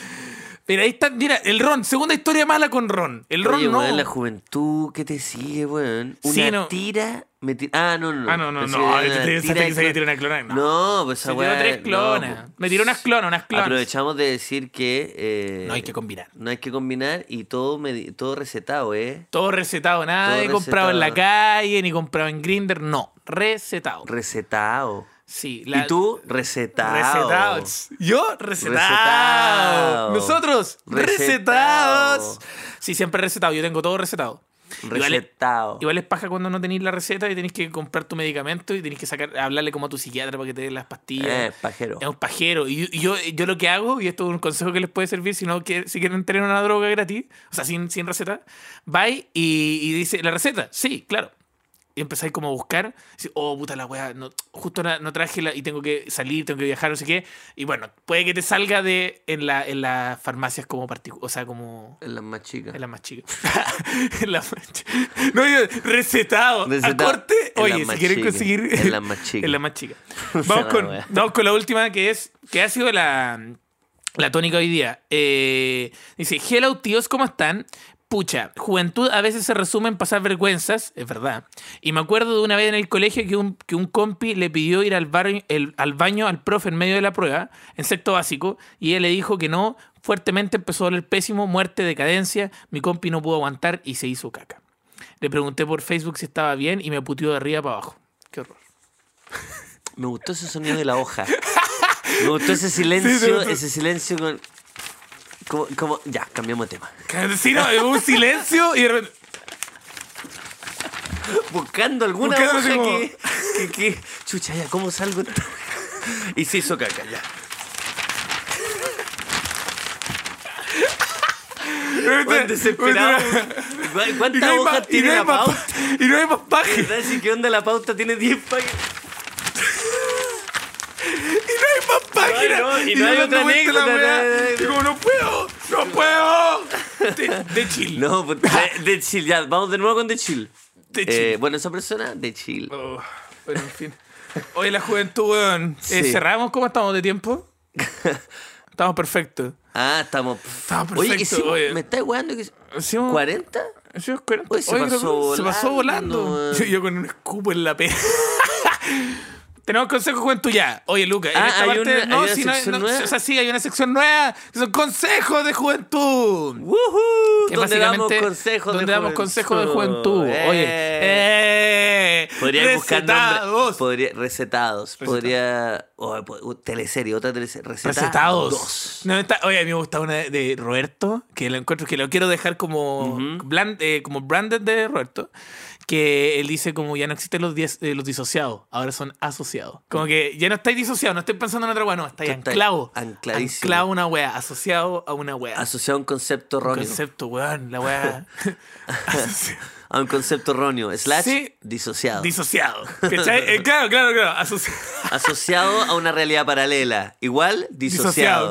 Speaker 2: Pero ahí está, mira, el Ron, segunda historia mala con Ron. El Ron
Speaker 3: Oye,
Speaker 2: no.
Speaker 3: weón, la juventud que te sigue, weón. Una
Speaker 2: Sí, no.
Speaker 3: tira. me ti- Ah, no, no, no.
Speaker 2: ah, no, no,
Speaker 3: Pensé
Speaker 2: no.
Speaker 3: que era
Speaker 2: te-
Speaker 3: una
Speaker 2: pensaste
Speaker 3: tira
Speaker 2: que se
Speaker 3: de
Speaker 2: había tirado una clona.
Speaker 3: clona.
Speaker 2: No,
Speaker 3: No, pues esa
Speaker 2: se tiró
Speaker 3: weá-
Speaker 2: tres
Speaker 3: no,
Speaker 2: clonas.
Speaker 3: pues.
Speaker 2: me tiró unas clonas, unas clonas.
Speaker 3: Aprovechamos de decir que. eh,
Speaker 2: No hay que combinar.
Speaker 3: No hay que combinar y todo, medi- todo recetado, ¿eh?
Speaker 2: Todo recetado, nada
Speaker 3: Todo
Speaker 2: de comprado en la
Speaker 3: recetado.
Speaker 2: calle, ni comprado en Grinder, no. Recetado.
Speaker 3: Recetado.
Speaker 2: Sí, la-
Speaker 3: Y tú, recetado.
Speaker 2: Recetados. Yo, recetado.
Speaker 3: Recetado.
Speaker 2: Nosotros,
Speaker 3: Recetado.
Speaker 2: recetados. Sí, siempre recetado. Yo tengo todo recetado. Igual es-
Speaker 3: Recetado.
Speaker 2: Igual es paja cuando no tenéis la receta y tenéis que comprar tu medicamento y tenéis que sacar, hablarle como a tu psiquiatra para que te dé las pastillas.
Speaker 3: Eh, pajero.
Speaker 2: Es un pajero. Y y yo, yo lo que hago, y esto es un consejo que les puede servir si no quieren, si quieren tener una droga gratis, o sea, sin, sin receta, vais y, y dice, ¿la receta? Sí, claro. Y empezáis como a buscar, así, oh, puta la weá, no, justo na- no, traje la, y tengo que salir, tengo que viajar, no sé qué. Y bueno, puede que te salga de en, la, en las farmacias como particular, o sea, como...
Speaker 3: Es la más chica.
Speaker 2: En la más chica. en la más chica. No, yo, recetado.
Speaker 3: Recetado.
Speaker 2: Acorte.
Speaker 3: En la
Speaker 2: Oye,
Speaker 3: más
Speaker 2: si quieren
Speaker 3: chica.
Speaker 2: conseguir.
Speaker 3: En la más chica.
Speaker 2: en la más chica. Vamos, con,
Speaker 3: wea.
Speaker 2: vamos con la última que es. Que ha sido la, la tónica hoy día. Eh, dice: Hello, tíos, ¿cómo están? Pucha, juventud a veces se resume en pasar vergüenzas, es verdad. Y me acuerdo de una vez en el colegio que un, que un compi le pidió ir al, bar- el- al baño al profe en medio de la prueba, en sexto básico, y él le dijo que no, fuertemente empezó a oler pésimo, muerte, decadencia, mi compi no pudo aguantar y se hizo caca. Le pregunté por Facebook si estaba bien y me puteó de arriba para abajo. Qué horror.
Speaker 3: Me gustó ese sonido de la hoja. Me gustó ese silencio,
Speaker 2: gustó.
Speaker 3: ese silencio con. Como, como- ya, cambiamos de tema.
Speaker 2: Sí, no, hubo un silencio y de repente-
Speaker 3: Buscando alguna
Speaker 2: Buscando
Speaker 3: hoja
Speaker 2: así como-
Speaker 3: que, que, que- Chucha, ya, ¿cómo salgo? Y se hizo caca, ya. Weón, desesperado. Gua-
Speaker 2: Este, Y no
Speaker 3: ¿Cuántas
Speaker 2: hay más-
Speaker 3: hojas
Speaker 2: y no
Speaker 3: tiene
Speaker 2: hay
Speaker 3: la
Speaker 2: más
Speaker 3: pauta?
Speaker 2: pa- Y no hay más
Speaker 3: ¿Qué
Speaker 2: páginas.
Speaker 3: tal si que onda la pauta tiene 10 páginas?
Speaker 2: hay más páginas.
Speaker 3: no, y no hay
Speaker 2: yo
Speaker 3: otra
Speaker 2: dando vuelta la
Speaker 3: anécdota,
Speaker 2: weá,
Speaker 3: no, no, no.
Speaker 2: Y como no puedo, no puedo. De, de chill.
Speaker 3: No, pues, de, de chill, ya, vamos de nuevo con de chill.
Speaker 2: De
Speaker 3: Eh,
Speaker 2: chill.
Speaker 3: bueno, esa persona, de chill.
Speaker 2: Oh, bueno, en fin. Oye, la juventud, weón. Eh,
Speaker 3: Sí.
Speaker 2: ¿Cerramos? ¿Cómo estamos de tiempo? Estamos perfectos.
Speaker 3: Ah, estamos.
Speaker 2: Estamos
Speaker 3: Oye,
Speaker 2: perfecto,
Speaker 3: hicimos-
Speaker 2: oye.
Speaker 3: me estás weando que.
Speaker 2: Hicimos-
Speaker 3: ¿40?
Speaker 2: hicimos 40.
Speaker 3: Oye, se
Speaker 2: Oye,
Speaker 3: pasó
Speaker 2: creo que se pasó
Speaker 3: volando,
Speaker 2: volando.
Speaker 3: weón.
Speaker 2: Yo, yo con un escupo en la pera. Tenemos consejos juventud ya. Oye, Luca, en
Speaker 3: Ah,
Speaker 2: esta
Speaker 3: hay
Speaker 2: parte.
Speaker 3: una-
Speaker 2: no,
Speaker 3: hay una
Speaker 2: si no,
Speaker 3: sección
Speaker 2: no-
Speaker 3: nueva.
Speaker 2: O sea, sí, hay una sección nueva. Que son consejos de juventud.
Speaker 3: ¡Woohoo!
Speaker 2: que
Speaker 3: Donde damos
Speaker 2: básicamente-
Speaker 3: consejos de
Speaker 2: donde damos consejos de juventud. Oye,
Speaker 3: Eh.
Speaker 2: eh,
Speaker 3: Podría buscar nombres.
Speaker 2: recetados.
Speaker 3: Podría, recetados. Podría. oh, po- uh, teleserie, otra teleserie. Recetados.
Speaker 2: Recetados. No, está- oye, a mí me gusta una de, de Roberto, que lo encuentro, que lo quiero dejar como, blan- eh, como branded de Roberto, que él dice como ya no existen los, diez- eh, los disociados, ahora son asociados. Como que ya no estáis disociados, no estáis pensando en otra weá, no, estáis
Speaker 3: Tú estás
Speaker 2: anclado.
Speaker 3: ancladísimo.
Speaker 2: Anclado a una weá, asociado a una weá.
Speaker 3: Asociado a un concepto erróneo.
Speaker 2: Concepto, weón, la weá. Asociado.
Speaker 3: A un concepto erróneo. Slash
Speaker 2: Sí.
Speaker 3: disociado.
Speaker 2: Disociado. ¿Cachai? Eh, claro, claro, claro. Asociado.
Speaker 3: Asociado a una realidad paralela. Igual, disociado.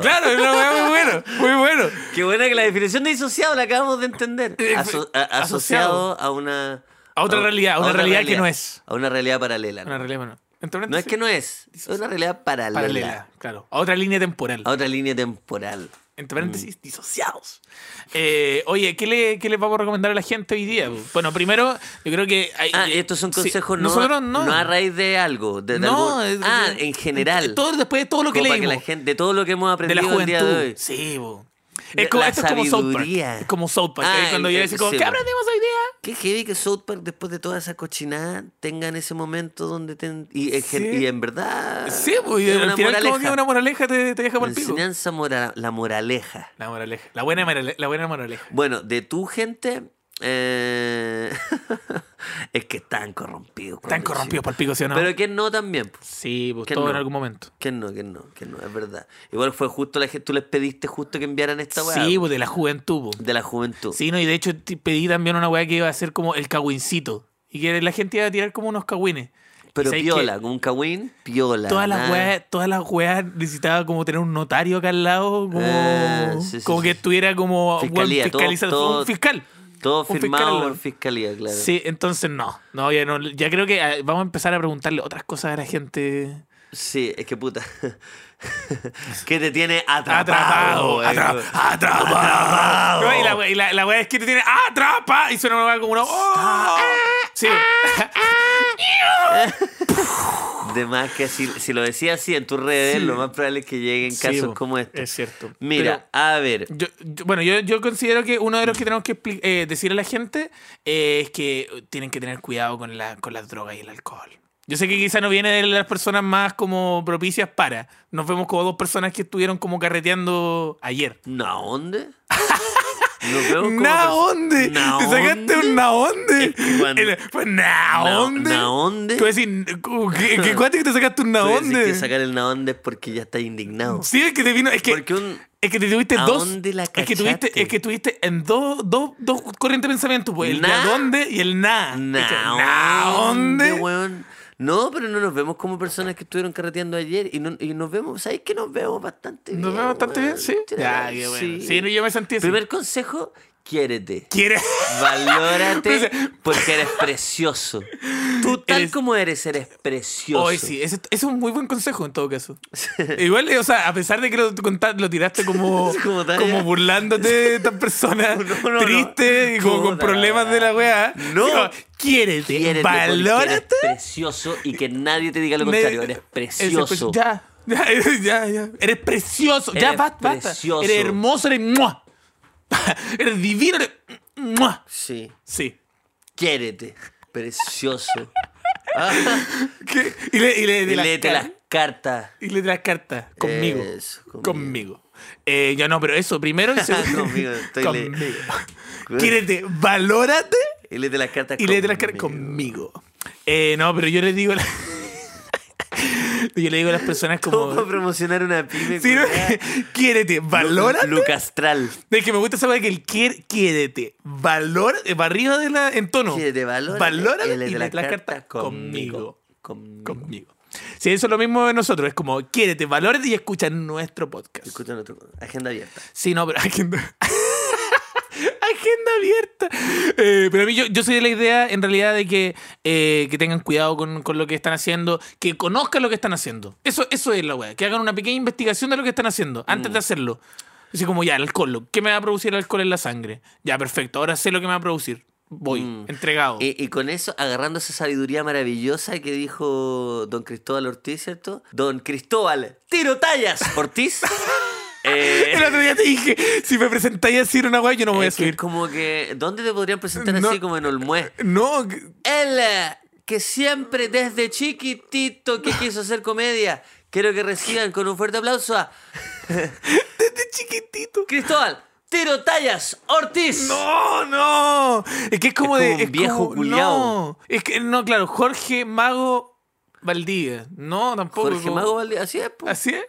Speaker 2: Disociado. Claro, es una weá muy bueno. Muy bueno.
Speaker 3: Qué buena que la definición de disociado la acabamos de entender. Aso- a-
Speaker 2: Eh, asociado.
Speaker 3: asociado a una.
Speaker 2: A otra realidad, a una
Speaker 3: otra
Speaker 2: realidad que no es.
Speaker 3: A una realidad paralela.
Speaker 2: Una realidad, bueno. Entre
Speaker 3: No es que no es, es una realidad paralela,
Speaker 2: paralela, claro. A otra línea temporal.
Speaker 3: a Mm. otra línea temporal.
Speaker 2: Entre paréntesis, disociados. Eh, oye, ¿qué le, ¿qué le vamos a recomendar a la gente hoy día? Bueno, primero, yo creo que. hay-
Speaker 3: Ah, y estos son
Speaker 2: Eh, sí,
Speaker 3: consejos no,
Speaker 2: Nosotros no.
Speaker 3: no a raíz de algo. de- de
Speaker 2: No,
Speaker 3: algún-
Speaker 2: es-
Speaker 3: ah,
Speaker 2: es-
Speaker 3: en general.
Speaker 2: todo- después de todo lo que
Speaker 3: como para
Speaker 2: leímos.
Speaker 3: la gente, de todo lo que hemos
Speaker 2: de la
Speaker 3: aprendido el día de
Speaker 2: juventud.
Speaker 3: hoy.
Speaker 2: Sí, bo.
Speaker 3: De
Speaker 2: Es como,
Speaker 3: la
Speaker 2: esto es como South Park.
Speaker 3: sabiduría.
Speaker 2: Es como South Park.
Speaker 3: Ah,
Speaker 2: ahí cuando
Speaker 3: el-
Speaker 2: yo
Speaker 3: el-
Speaker 2: decía, como,
Speaker 3: sí,
Speaker 2: ¿qué
Speaker 3: bo.
Speaker 2: aprendimos hoy día?
Speaker 3: Qué heavy que South Park, después de toda esa cochinada, tenga en ese momento donde... ten- y, en gen-
Speaker 2: Sí.
Speaker 3: y en verdad...
Speaker 2: Sí, bo, y
Speaker 3: tiene
Speaker 2: al final, como que
Speaker 3: moraleja.
Speaker 2: una moraleja te, te deja
Speaker 3: La
Speaker 2: por el pico.
Speaker 3: enseñanza, mora- la moraleja.
Speaker 2: La moraleja. La buena moraleja. La buena moraleja.
Speaker 3: Bueno, de tu gente... eh, es que están corrompidos.
Speaker 2: Están
Speaker 3: cuando
Speaker 2: corrompidos
Speaker 3: chico.
Speaker 2: por el pico, ¿sí o no?
Speaker 3: Pero que no también. po.
Speaker 2: Sí, pues
Speaker 3: Que
Speaker 2: todo en
Speaker 3: no.
Speaker 2: algún momento.
Speaker 3: Que no, que no, que no, es verdad. Igual fue justo la gente, tú les pediste justo que enviaran esta weá.
Speaker 2: Sí,
Speaker 3: po,
Speaker 2: pues de la juventud. pues.
Speaker 3: De la juventud.
Speaker 2: Sí, no, y de hecho te pedí también una weá que iba a ser como el cagüincito. Y que la gente iba a tirar como unos cagüines.
Speaker 3: Pero
Speaker 2: Y sabéis
Speaker 3: piola,
Speaker 2: que
Speaker 3: con un cagüín, piola.
Speaker 2: Todas las
Speaker 3: nada.
Speaker 2: weas, todas las weas necesitaba como tener un notario acá al lado, como,
Speaker 3: Ah, sí, sí,
Speaker 2: como
Speaker 3: sí,
Speaker 2: que
Speaker 3: sí.
Speaker 2: estuviera como weón,
Speaker 3: Fiscalía, todo-
Speaker 2: fiscalizado,
Speaker 3: todo-
Speaker 2: un fiscal.
Speaker 3: Todo
Speaker 2: un fiscal
Speaker 3: firmado
Speaker 2: al lado.
Speaker 3: por fiscalía, claro.
Speaker 2: Sí, entonces no. No, ya no, ya creo que eh, vamos a empezar a preguntarle otras cosas a la gente.
Speaker 3: Sí, es que puta. que te tiene
Speaker 2: Atrapado,
Speaker 3: atrapado. weón.
Speaker 2: atrapado, atrapado. No, y la wea, y la, la wea es que te tiene atrapa y suena una wea como una. ¡Oh! Sí.
Speaker 3: De más que si, si lo decías así en tus redes,
Speaker 2: Sí.
Speaker 3: lo más probable es que lleguen
Speaker 2: Sí,
Speaker 3: casos
Speaker 2: bo,
Speaker 3: como este.
Speaker 2: Es cierto. Pero-
Speaker 3: Mira, a ver.
Speaker 2: Yo- yo- bueno, yo, yo considero que uno de los que tenemos que expli- eh, decir a la gente eh, es que tienen que tener cuidado con, la, con las drogas y el alcohol. Yo sé que quizá no viene de las personas más como propicias para. Nos vemos como dos personas que estuvieron como carreteando ayer.
Speaker 3: ¿Naonde? Nos vemos como
Speaker 2: ¿Naonde?
Speaker 3: perso-
Speaker 2: ¿Te sacaste un naonde?
Speaker 3: que cuando-
Speaker 2: El- Pues naonde.
Speaker 3: Na- naonde.
Speaker 2: Tú decís, ¿qué, qué cuático que te sacaste un
Speaker 3: Tú decís
Speaker 2: naonde?
Speaker 3: que sacar el naonde es porque ya está indignado.
Speaker 2: Sí, es que te vino. Es que,
Speaker 3: Porque un...
Speaker 2: es que te tuviste
Speaker 3: ¿A
Speaker 2: dos.
Speaker 3: dónde la
Speaker 2: es que tuviste,
Speaker 3: cachaste?
Speaker 2: es que tuviste en dos, dos, dos corrientes de pensamiento, pues. El de
Speaker 3: Na-
Speaker 2: a dónde y el na. Es que,
Speaker 3: Naonde,
Speaker 2: naonde.
Speaker 3: weón. No, pero no nos vemos como personas que estuvieron carreteando ayer y, no- y nos vemos, ¿sabes que Nos vemos bastante bien.
Speaker 2: Nos vemos bastante bien,
Speaker 3: weón.
Speaker 2: sí.
Speaker 3: Tiene-
Speaker 2: Ya, qué bueno. Sí,
Speaker 3: sí.
Speaker 2: yo me sentí así.
Speaker 3: Primer consejo, quiérete.
Speaker 2: ¿Quieres?
Speaker 3: Valórate
Speaker 2: Pero-
Speaker 3: porque eres precioso. Tú tal
Speaker 2: Pues, Eres-
Speaker 3: como eres, eres precioso.
Speaker 2: Hoy sí, ese, ese es un muy buen consejo en todo caso. Igual, eh, o sea, a pesar de que lo, conta- lo tiraste como,
Speaker 3: Como
Speaker 2: como,
Speaker 3: talla.
Speaker 2: burlándote de estas personas
Speaker 3: No, no, no.
Speaker 2: triste y como con
Speaker 3: Puta.
Speaker 2: problemas de la weá.
Speaker 3: No.
Speaker 2: Digo, quiérete,
Speaker 3: Quiérete porque eres
Speaker 2: valórate.
Speaker 3: precioso y que nadie te diga lo
Speaker 2: Me-
Speaker 3: contrario. Eres
Speaker 2: ese
Speaker 3: precioso.
Speaker 2: pre- Ya, ya, ya, ya. Eres precioso. ya,
Speaker 3: Eres
Speaker 2: basta, basta.
Speaker 3: precioso.
Speaker 2: Eres hermoso, eres ¡mua! Eres divino, eres ¡mua!
Speaker 3: Sí.
Speaker 2: Sí.
Speaker 3: Quiérete. Precioso.
Speaker 2: ¿Qué? Y le, y le- de
Speaker 3: Y
Speaker 2: las
Speaker 3: léete
Speaker 2: car-
Speaker 3: las cartas.
Speaker 2: Y le las cartas. Conmigo.
Speaker 3: Eso, conmigo.
Speaker 2: conmigo. Eh, ya no, pero eso, primero y segundo.
Speaker 3: Conmigo, Ah, estoy le-
Speaker 2: conmigo. Quírete, valórate
Speaker 3: Y léete las cartas
Speaker 2: y le las cartas conmigo. Eh, no, pero yo le digo. a la- yo le digo a las personas
Speaker 3: ¿Cómo para
Speaker 2: como.
Speaker 3: promocionar una pyme?
Speaker 2: Sí, no,
Speaker 3: culiá?
Speaker 2: Quiérete, valórate.
Speaker 3: Lu- Lucastral.
Speaker 2: Es que me gusta saber que el quier, quiérete, valor, eh, va arriba de la, en tono.
Speaker 3: Quiérete, valórate.
Speaker 2: Valórate
Speaker 3: y léete
Speaker 2: y le
Speaker 3: las
Speaker 2: las cartas
Speaker 3: conmigo.
Speaker 2: conmigo.
Speaker 3: Conmigo.
Speaker 2: Conmigo. Sí, eso es lo mismo de nosotros. Es como, quiérete, valórate y escucha nuestro podcast.
Speaker 3: Escucha nuestro- Agenda abierta.
Speaker 2: Sí, no, pero agenda, agenda abierta. Eh, pero a mí yo, yo soy de la idea, en realidad, de que, eh, que tengan cuidado con, con lo que están haciendo, que conozcan lo que están haciendo. Eso, eso es la weá, que hagan una pequeña investigación de lo que están haciendo
Speaker 3: Mm.
Speaker 2: antes de hacerlo. Así como, ya, el alcohol, ¿qué me va a producir el alcohol en la sangre? Ya, perfecto, ahora sé lo que me va a producir. Voy,
Speaker 3: Mm.
Speaker 2: entregado.
Speaker 3: Y, y con eso, agarrando esa sabiduría maravillosa que dijo don Cristóbal Ortiz, ¿cierto? Don Cristóbal, tiro tallas, Ortiz. Eh,
Speaker 2: el otro día te dije, si me presentáis a decir una weá, yo no voy a
Speaker 3: es que
Speaker 2: subir.
Speaker 3: como que, ¿dónde te podrían presentar
Speaker 2: No.
Speaker 3: así como en Olmué?
Speaker 2: No, que-
Speaker 3: Él, eh, que siempre desde chiquitito que quiso hacer comedia, quiero que reciban con un fuerte aplauso a
Speaker 2: desde chiquitito.
Speaker 3: Cristóbal, tiro tallas, Ortiz.
Speaker 2: No, no. Es que es como,
Speaker 3: Es como
Speaker 2: de.
Speaker 3: un
Speaker 2: es
Speaker 3: viejo
Speaker 2: como-
Speaker 3: culiao.
Speaker 2: No. Es que, no, claro, Jorge Mago Valdivia. No, tampoco.
Speaker 3: Jorge
Speaker 2: como-
Speaker 3: Mago Valdivia, así es. po.
Speaker 2: ¿Así es?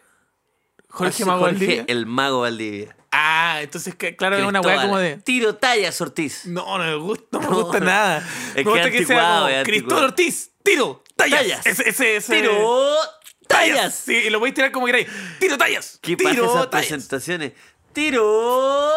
Speaker 2: Jorge
Speaker 3: Así,
Speaker 2: Mago
Speaker 3: Jorge,
Speaker 2: Valdivia.
Speaker 3: el Mago Valdivia.
Speaker 2: Ah, entonces, que- claro, es una weá
Speaker 3: Cristóbal,
Speaker 2: como de.
Speaker 3: Tiro tallas, Ortiz.
Speaker 2: No, no me gusta, no me
Speaker 3: No.
Speaker 2: gusta nada.
Speaker 3: Es
Speaker 2: me
Speaker 3: que
Speaker 2: gusta que sea
Speaker 3: anticuado,
Speaker 2: como
Speaker 3: es
Speaker 2: Cristóbal
Speaker 3: anticuado.
Speaker 2: Ortiz, tiro, tallas.
Speaker 3: Tallas.
Speaker 2: Ese, ese, ese-
Speaker 3: Tiro
Speaker 2: tallas.
Speaker 3: tallas.
Speaker 2: Sí, y lo voy a tirar como queráis. Tiro, tallas.
Speaker 3: ¿Qué pasa
Speaker 2: tiro,
Speaker 3: esas
Speaker 2: tallas.
Speaker 3: presentaciones? Tiro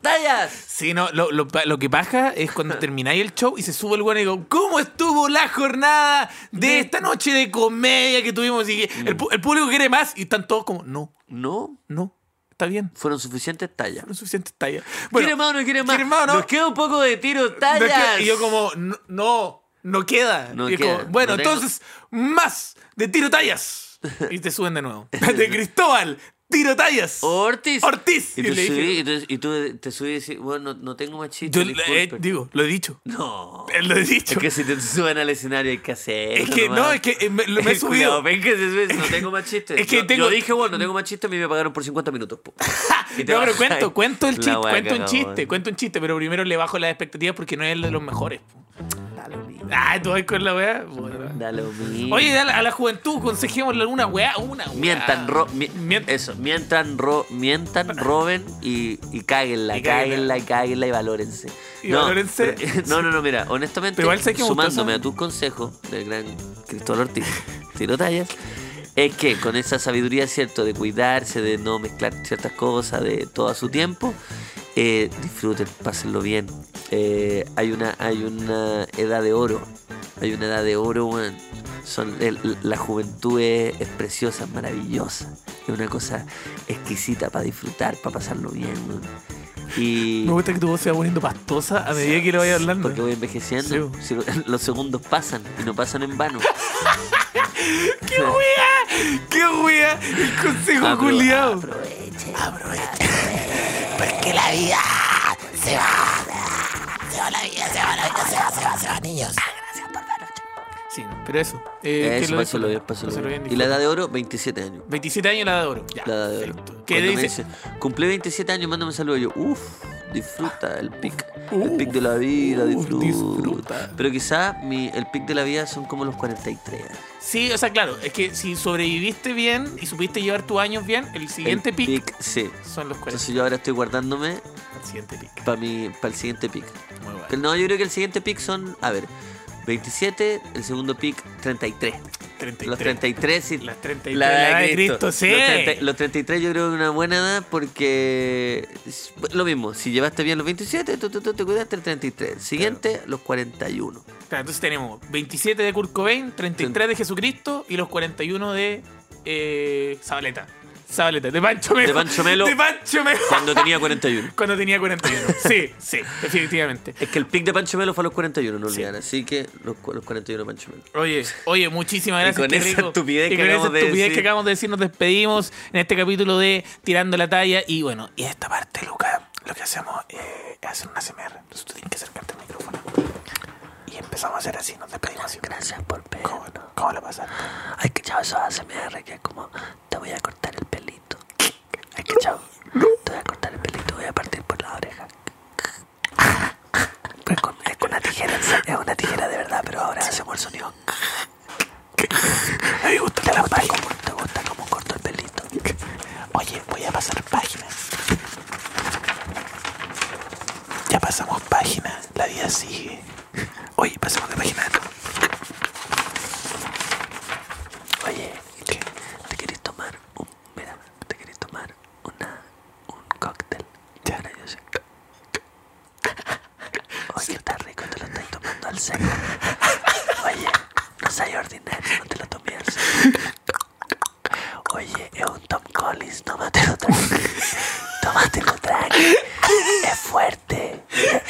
Speaker 3: tallas.
Speaker 2: Sí, no, lo, lo pa- lo que pasa es cuando termináis el show y se sube el weón y digo, ¿cómo estuvo la jornada de esta noche de comedia que tuvimos? Y
Speaker 3: Mm.
Speaker 2: que el, pu- el público quiere más y están todos como, no,
Speaker 3: No,
Speaker 2: no, está bien,
Speaker 3: fueron suficientes tallas.
Speaker 2: no es suficiente talla.
Speaker 3: ¿Quiere más o no quiere más?
Speaker 2: ¿quiere más o no?
Speaker 3: Nos queda un poco de tiro
Speaker 2: No es que-
Speaker 3: tallas.
Speaker 2: y yo como, no, no, no queda.
Speaker 3: No
Speaker 2: Y es
Speaker 3: queda,
Speaker 2: como, bueno,
Speaker 3: no tengo.
Speaker 2: entonces, más de tiro tallas. Y te suben de nuevo. De Cristóbal, tiro tallas.
Speaker 3: Ortiz.
Speaker 2: Ortiz.
Speaker 3: Y,
Speaker 2: Y
Speaker 3: tú
Speaker 2: le dije-
Speaker 3: subí- y tú- y tú te subí y decís, bueno, no, no tengo más chistes.
Speaker 2: Yo eh,
Speaker 3: disculpe".
Speaker 2: digo, lo he dicho.
Speaker 3: no.
Speaker 2: eh, Lo he dicho.
Speaker 3: Es que si te suben al escenario hay que hacer.
Speaker 2: Es que no, es que eh, me, lo- me he subido.
Speaker 3: ven que se sube, no tengo más chistes.
Speaker 2: es que
Speaker 3: yo, yo
Speaker 2: tengo-
Speaker 3: dije, bueno, no tengo más chistes, a mí me pagaron por 50 minutos. po. Y te
Speaker 2: No,
Speaker 3: vas.
Speaker 2: pero cuento, cuento el
Speaker 3: La
Speaker 2: chiste,
Speaker 3: wea
Speaker 2: cuento un
Speaker 3: cagada,
Speaker 2: chiste,
Speaker 3: weón.
Speaker 2: cuento un chiste, pero primero le bajo las expectativas porque no es de los mejores. po.
Speaker 3: Da lo mismo.
Speaker 2: Ah, tú vas con la weá. puta.
Speaker 3: Da lo mismo.
Speaker 2: Oye, a la, a la juventud, consejémosle alguna weá, una weá.
Speaker 3: Mientan, ro, mi-
Speaker 2: Mien-
Speaker 3: eso, mientan, ro, mientan, roben y, y cáguenla,
Speaker 2: Y cáguenla.
Speaker 3: cáguenla, cáguenla y valórense.
Speaker 2: Y valórense.
Speaker 3: pero- eh, no, no, no, mira, honestamente,
Speaker 2: Pero igual sé que me gustó
Speaker 3: sumándome
Speaker 2: esa-
Speaker 3: a tus consejos del gran Cristóbal Ortiz, tiro tallas, es que con esa sabiduría, ¿cierto? De cuidarse, de no mezclar ciertas cosas, de todo a su tiempo, eh, disfruten, pásenlo bien. Eh, hay, una, hay una edad de oro, hay una edad de oro, weón. Son, el- la juventud es, es preciosa, es maravillosa. Es una cosa exquisita para disfrutar, para pasarlo bien, weón. Y
Speaker 2: Me gusta que tu voz se va poniendo pastosa a medida que lo vaya hablando.
Speaker 3: porque voy envejeciendo, si- los segundos pasan y no pasan en vano. Eh,
Speaker 2: ¡Qué weá! ¡Qué weá! El consejo
Speaker 3: Apro-
Speaker 2: culiao.
Speaker 3: aprovechen.
Speaker 4: Porque la vida se va. Se va la vida, se va la vida, se va, se va, se va, niños. Ah, gracias por la noche.
Speaker 2: Sí, no. Pero eso. eh, que
Speaker 3: Eso,
Speaker 2: lo
Speaker 3: pásalo bien,
Speaker 2: disfruten.
Speaker 3: pásalo
Speaker 2: Pásalo
Speaker 3: bien.
Speaker 2: bien,
Speaker 3: Y la
Speaker 2: disfruten.
Speaker 3: edad de oro, 27 años.
Speaker 2: 27 años la edad de oro. Ya,
Speaker 3: La edad de oro.
Speaker 2: perfecto. ¿Qué
Speaker 3: Cuando me
Speaker 2: dice?
Speaker 3: dice, Cumplí 27 años, mándame un saludo. Yo, uff, disfruta el pic. el pic de la vida,
Speaker 2: uf,
Speaker 3: disfruta.
Speaker 2: disfruta.
Speaker 3: Pero quizás mi- el pic de la vida son como los 43 años.
Speaker 2: Sí, o sea, claro, es que si sobreviviste bien y supiste llevar tus años bien, el siguiente
Speaker 3: el
Speaker 2: pick
Speaker 3: sí.
Speaker 2: son los 40.
Speaker 3: Entonces yo ahora estoy guardándome
Speaker 2: El siguiente pick.
Speaker 3: para el siguiente pic.
Speaker 2: Muy bueno.
Speaker 3: Que No, yo creo que el siguiente pick son, a ver, 27, el segundo pick 33.
Speaker 2: 33.
Speaker 3: Los 33 sí.
Speaker 2: Las 33,
Speaker 3: La edad de Cristo,
Speaker 2: sí.
Speaker 3: Los, 30 los 33 yo creo que es una buena edad porque es lo mismo, si llevaste bien los 27, tú, tú- tú te cuidaste el 33. Siguiente, los 41.
Speaker 2: Claro, entonces tenemos 27 de Kurt Cobain, 33 de Jesucristo y los 41 de eh, Sabaleta. Sabaleta, de Pancho Melo.
Speaker 3: De Pancho Melo.
Speaker 2: De Pancho Melo.
Speaker 3: Cuando tenía 41.
Speaker 2: Cuando tenía 41. Sí, sí, definitivamente.
Speaker 3: Es que el pick de Pancho Melo fue a los 41, no olvidar. Así que los, cu- los 41 de Pancho Melo.
Speaker 2: Oye, oye, muchísimas gracias.
Speaker 3: con
Speaker 2: qué
Speaker 3: esa
Speaker 2: rico.
Speaker 3: estupidez
Speaker 2: Y
Speaker 3: que
Speaker 2: con esa
Speaker 3: acabamos de
Speaker 2: estupidez
Speaker 3: decir.
Speaker 2: que acabamos de decir, nos despedimos en este capítulo de Tirando la Talla. Y bueno, y esta parte, Luca, lo que hacemos eh, es hacer una CMR. Entonces tú tienes que acercarte al micrófono. Y empezamos a hacer así, nos despedimos así.
Speaker 4: Gracias por ver.
Speaker 2: ¿Cómo, cómo la pasaste?
Speaker 4: Hay que chavo, eso ASMR que es como te voy a cortar el pelito. Hay que chavo. Te voy a cortar el pelito, voy a partir por la oreja. Es con, es con una tijera, en serio, es una tijera de verdad, pero ahora hacemos el sonido. A mí me gusta la como, te gusta como corto el pelito. Oye, voy a pasar páginas. Ya pasamos páginas, la vida sigue. Oye, pasamos de página. Oye, ¿qué? ¿Te querés tomar un... Mira, ¿te querés tomar una, un cóctel? Ya. yo sé. Oye, está rico, te lo estás tomando al seco. Oye, no seas ordinario, no te lo tomes al seco. Oye, es un Tom Collins, tómatelo tranqui. Tómatelo tranqui. Es fuerte. Le,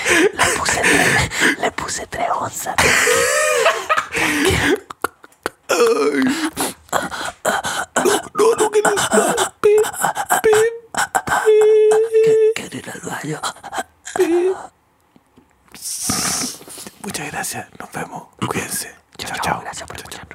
Speaker 4: le puse tres, le puse tres onzas. Quiero ir al baño.
Speaker 2: Muchas gracias, nos vemos. Cuídense. Chao, chao.
Speaker 4: Gracias por escuchar.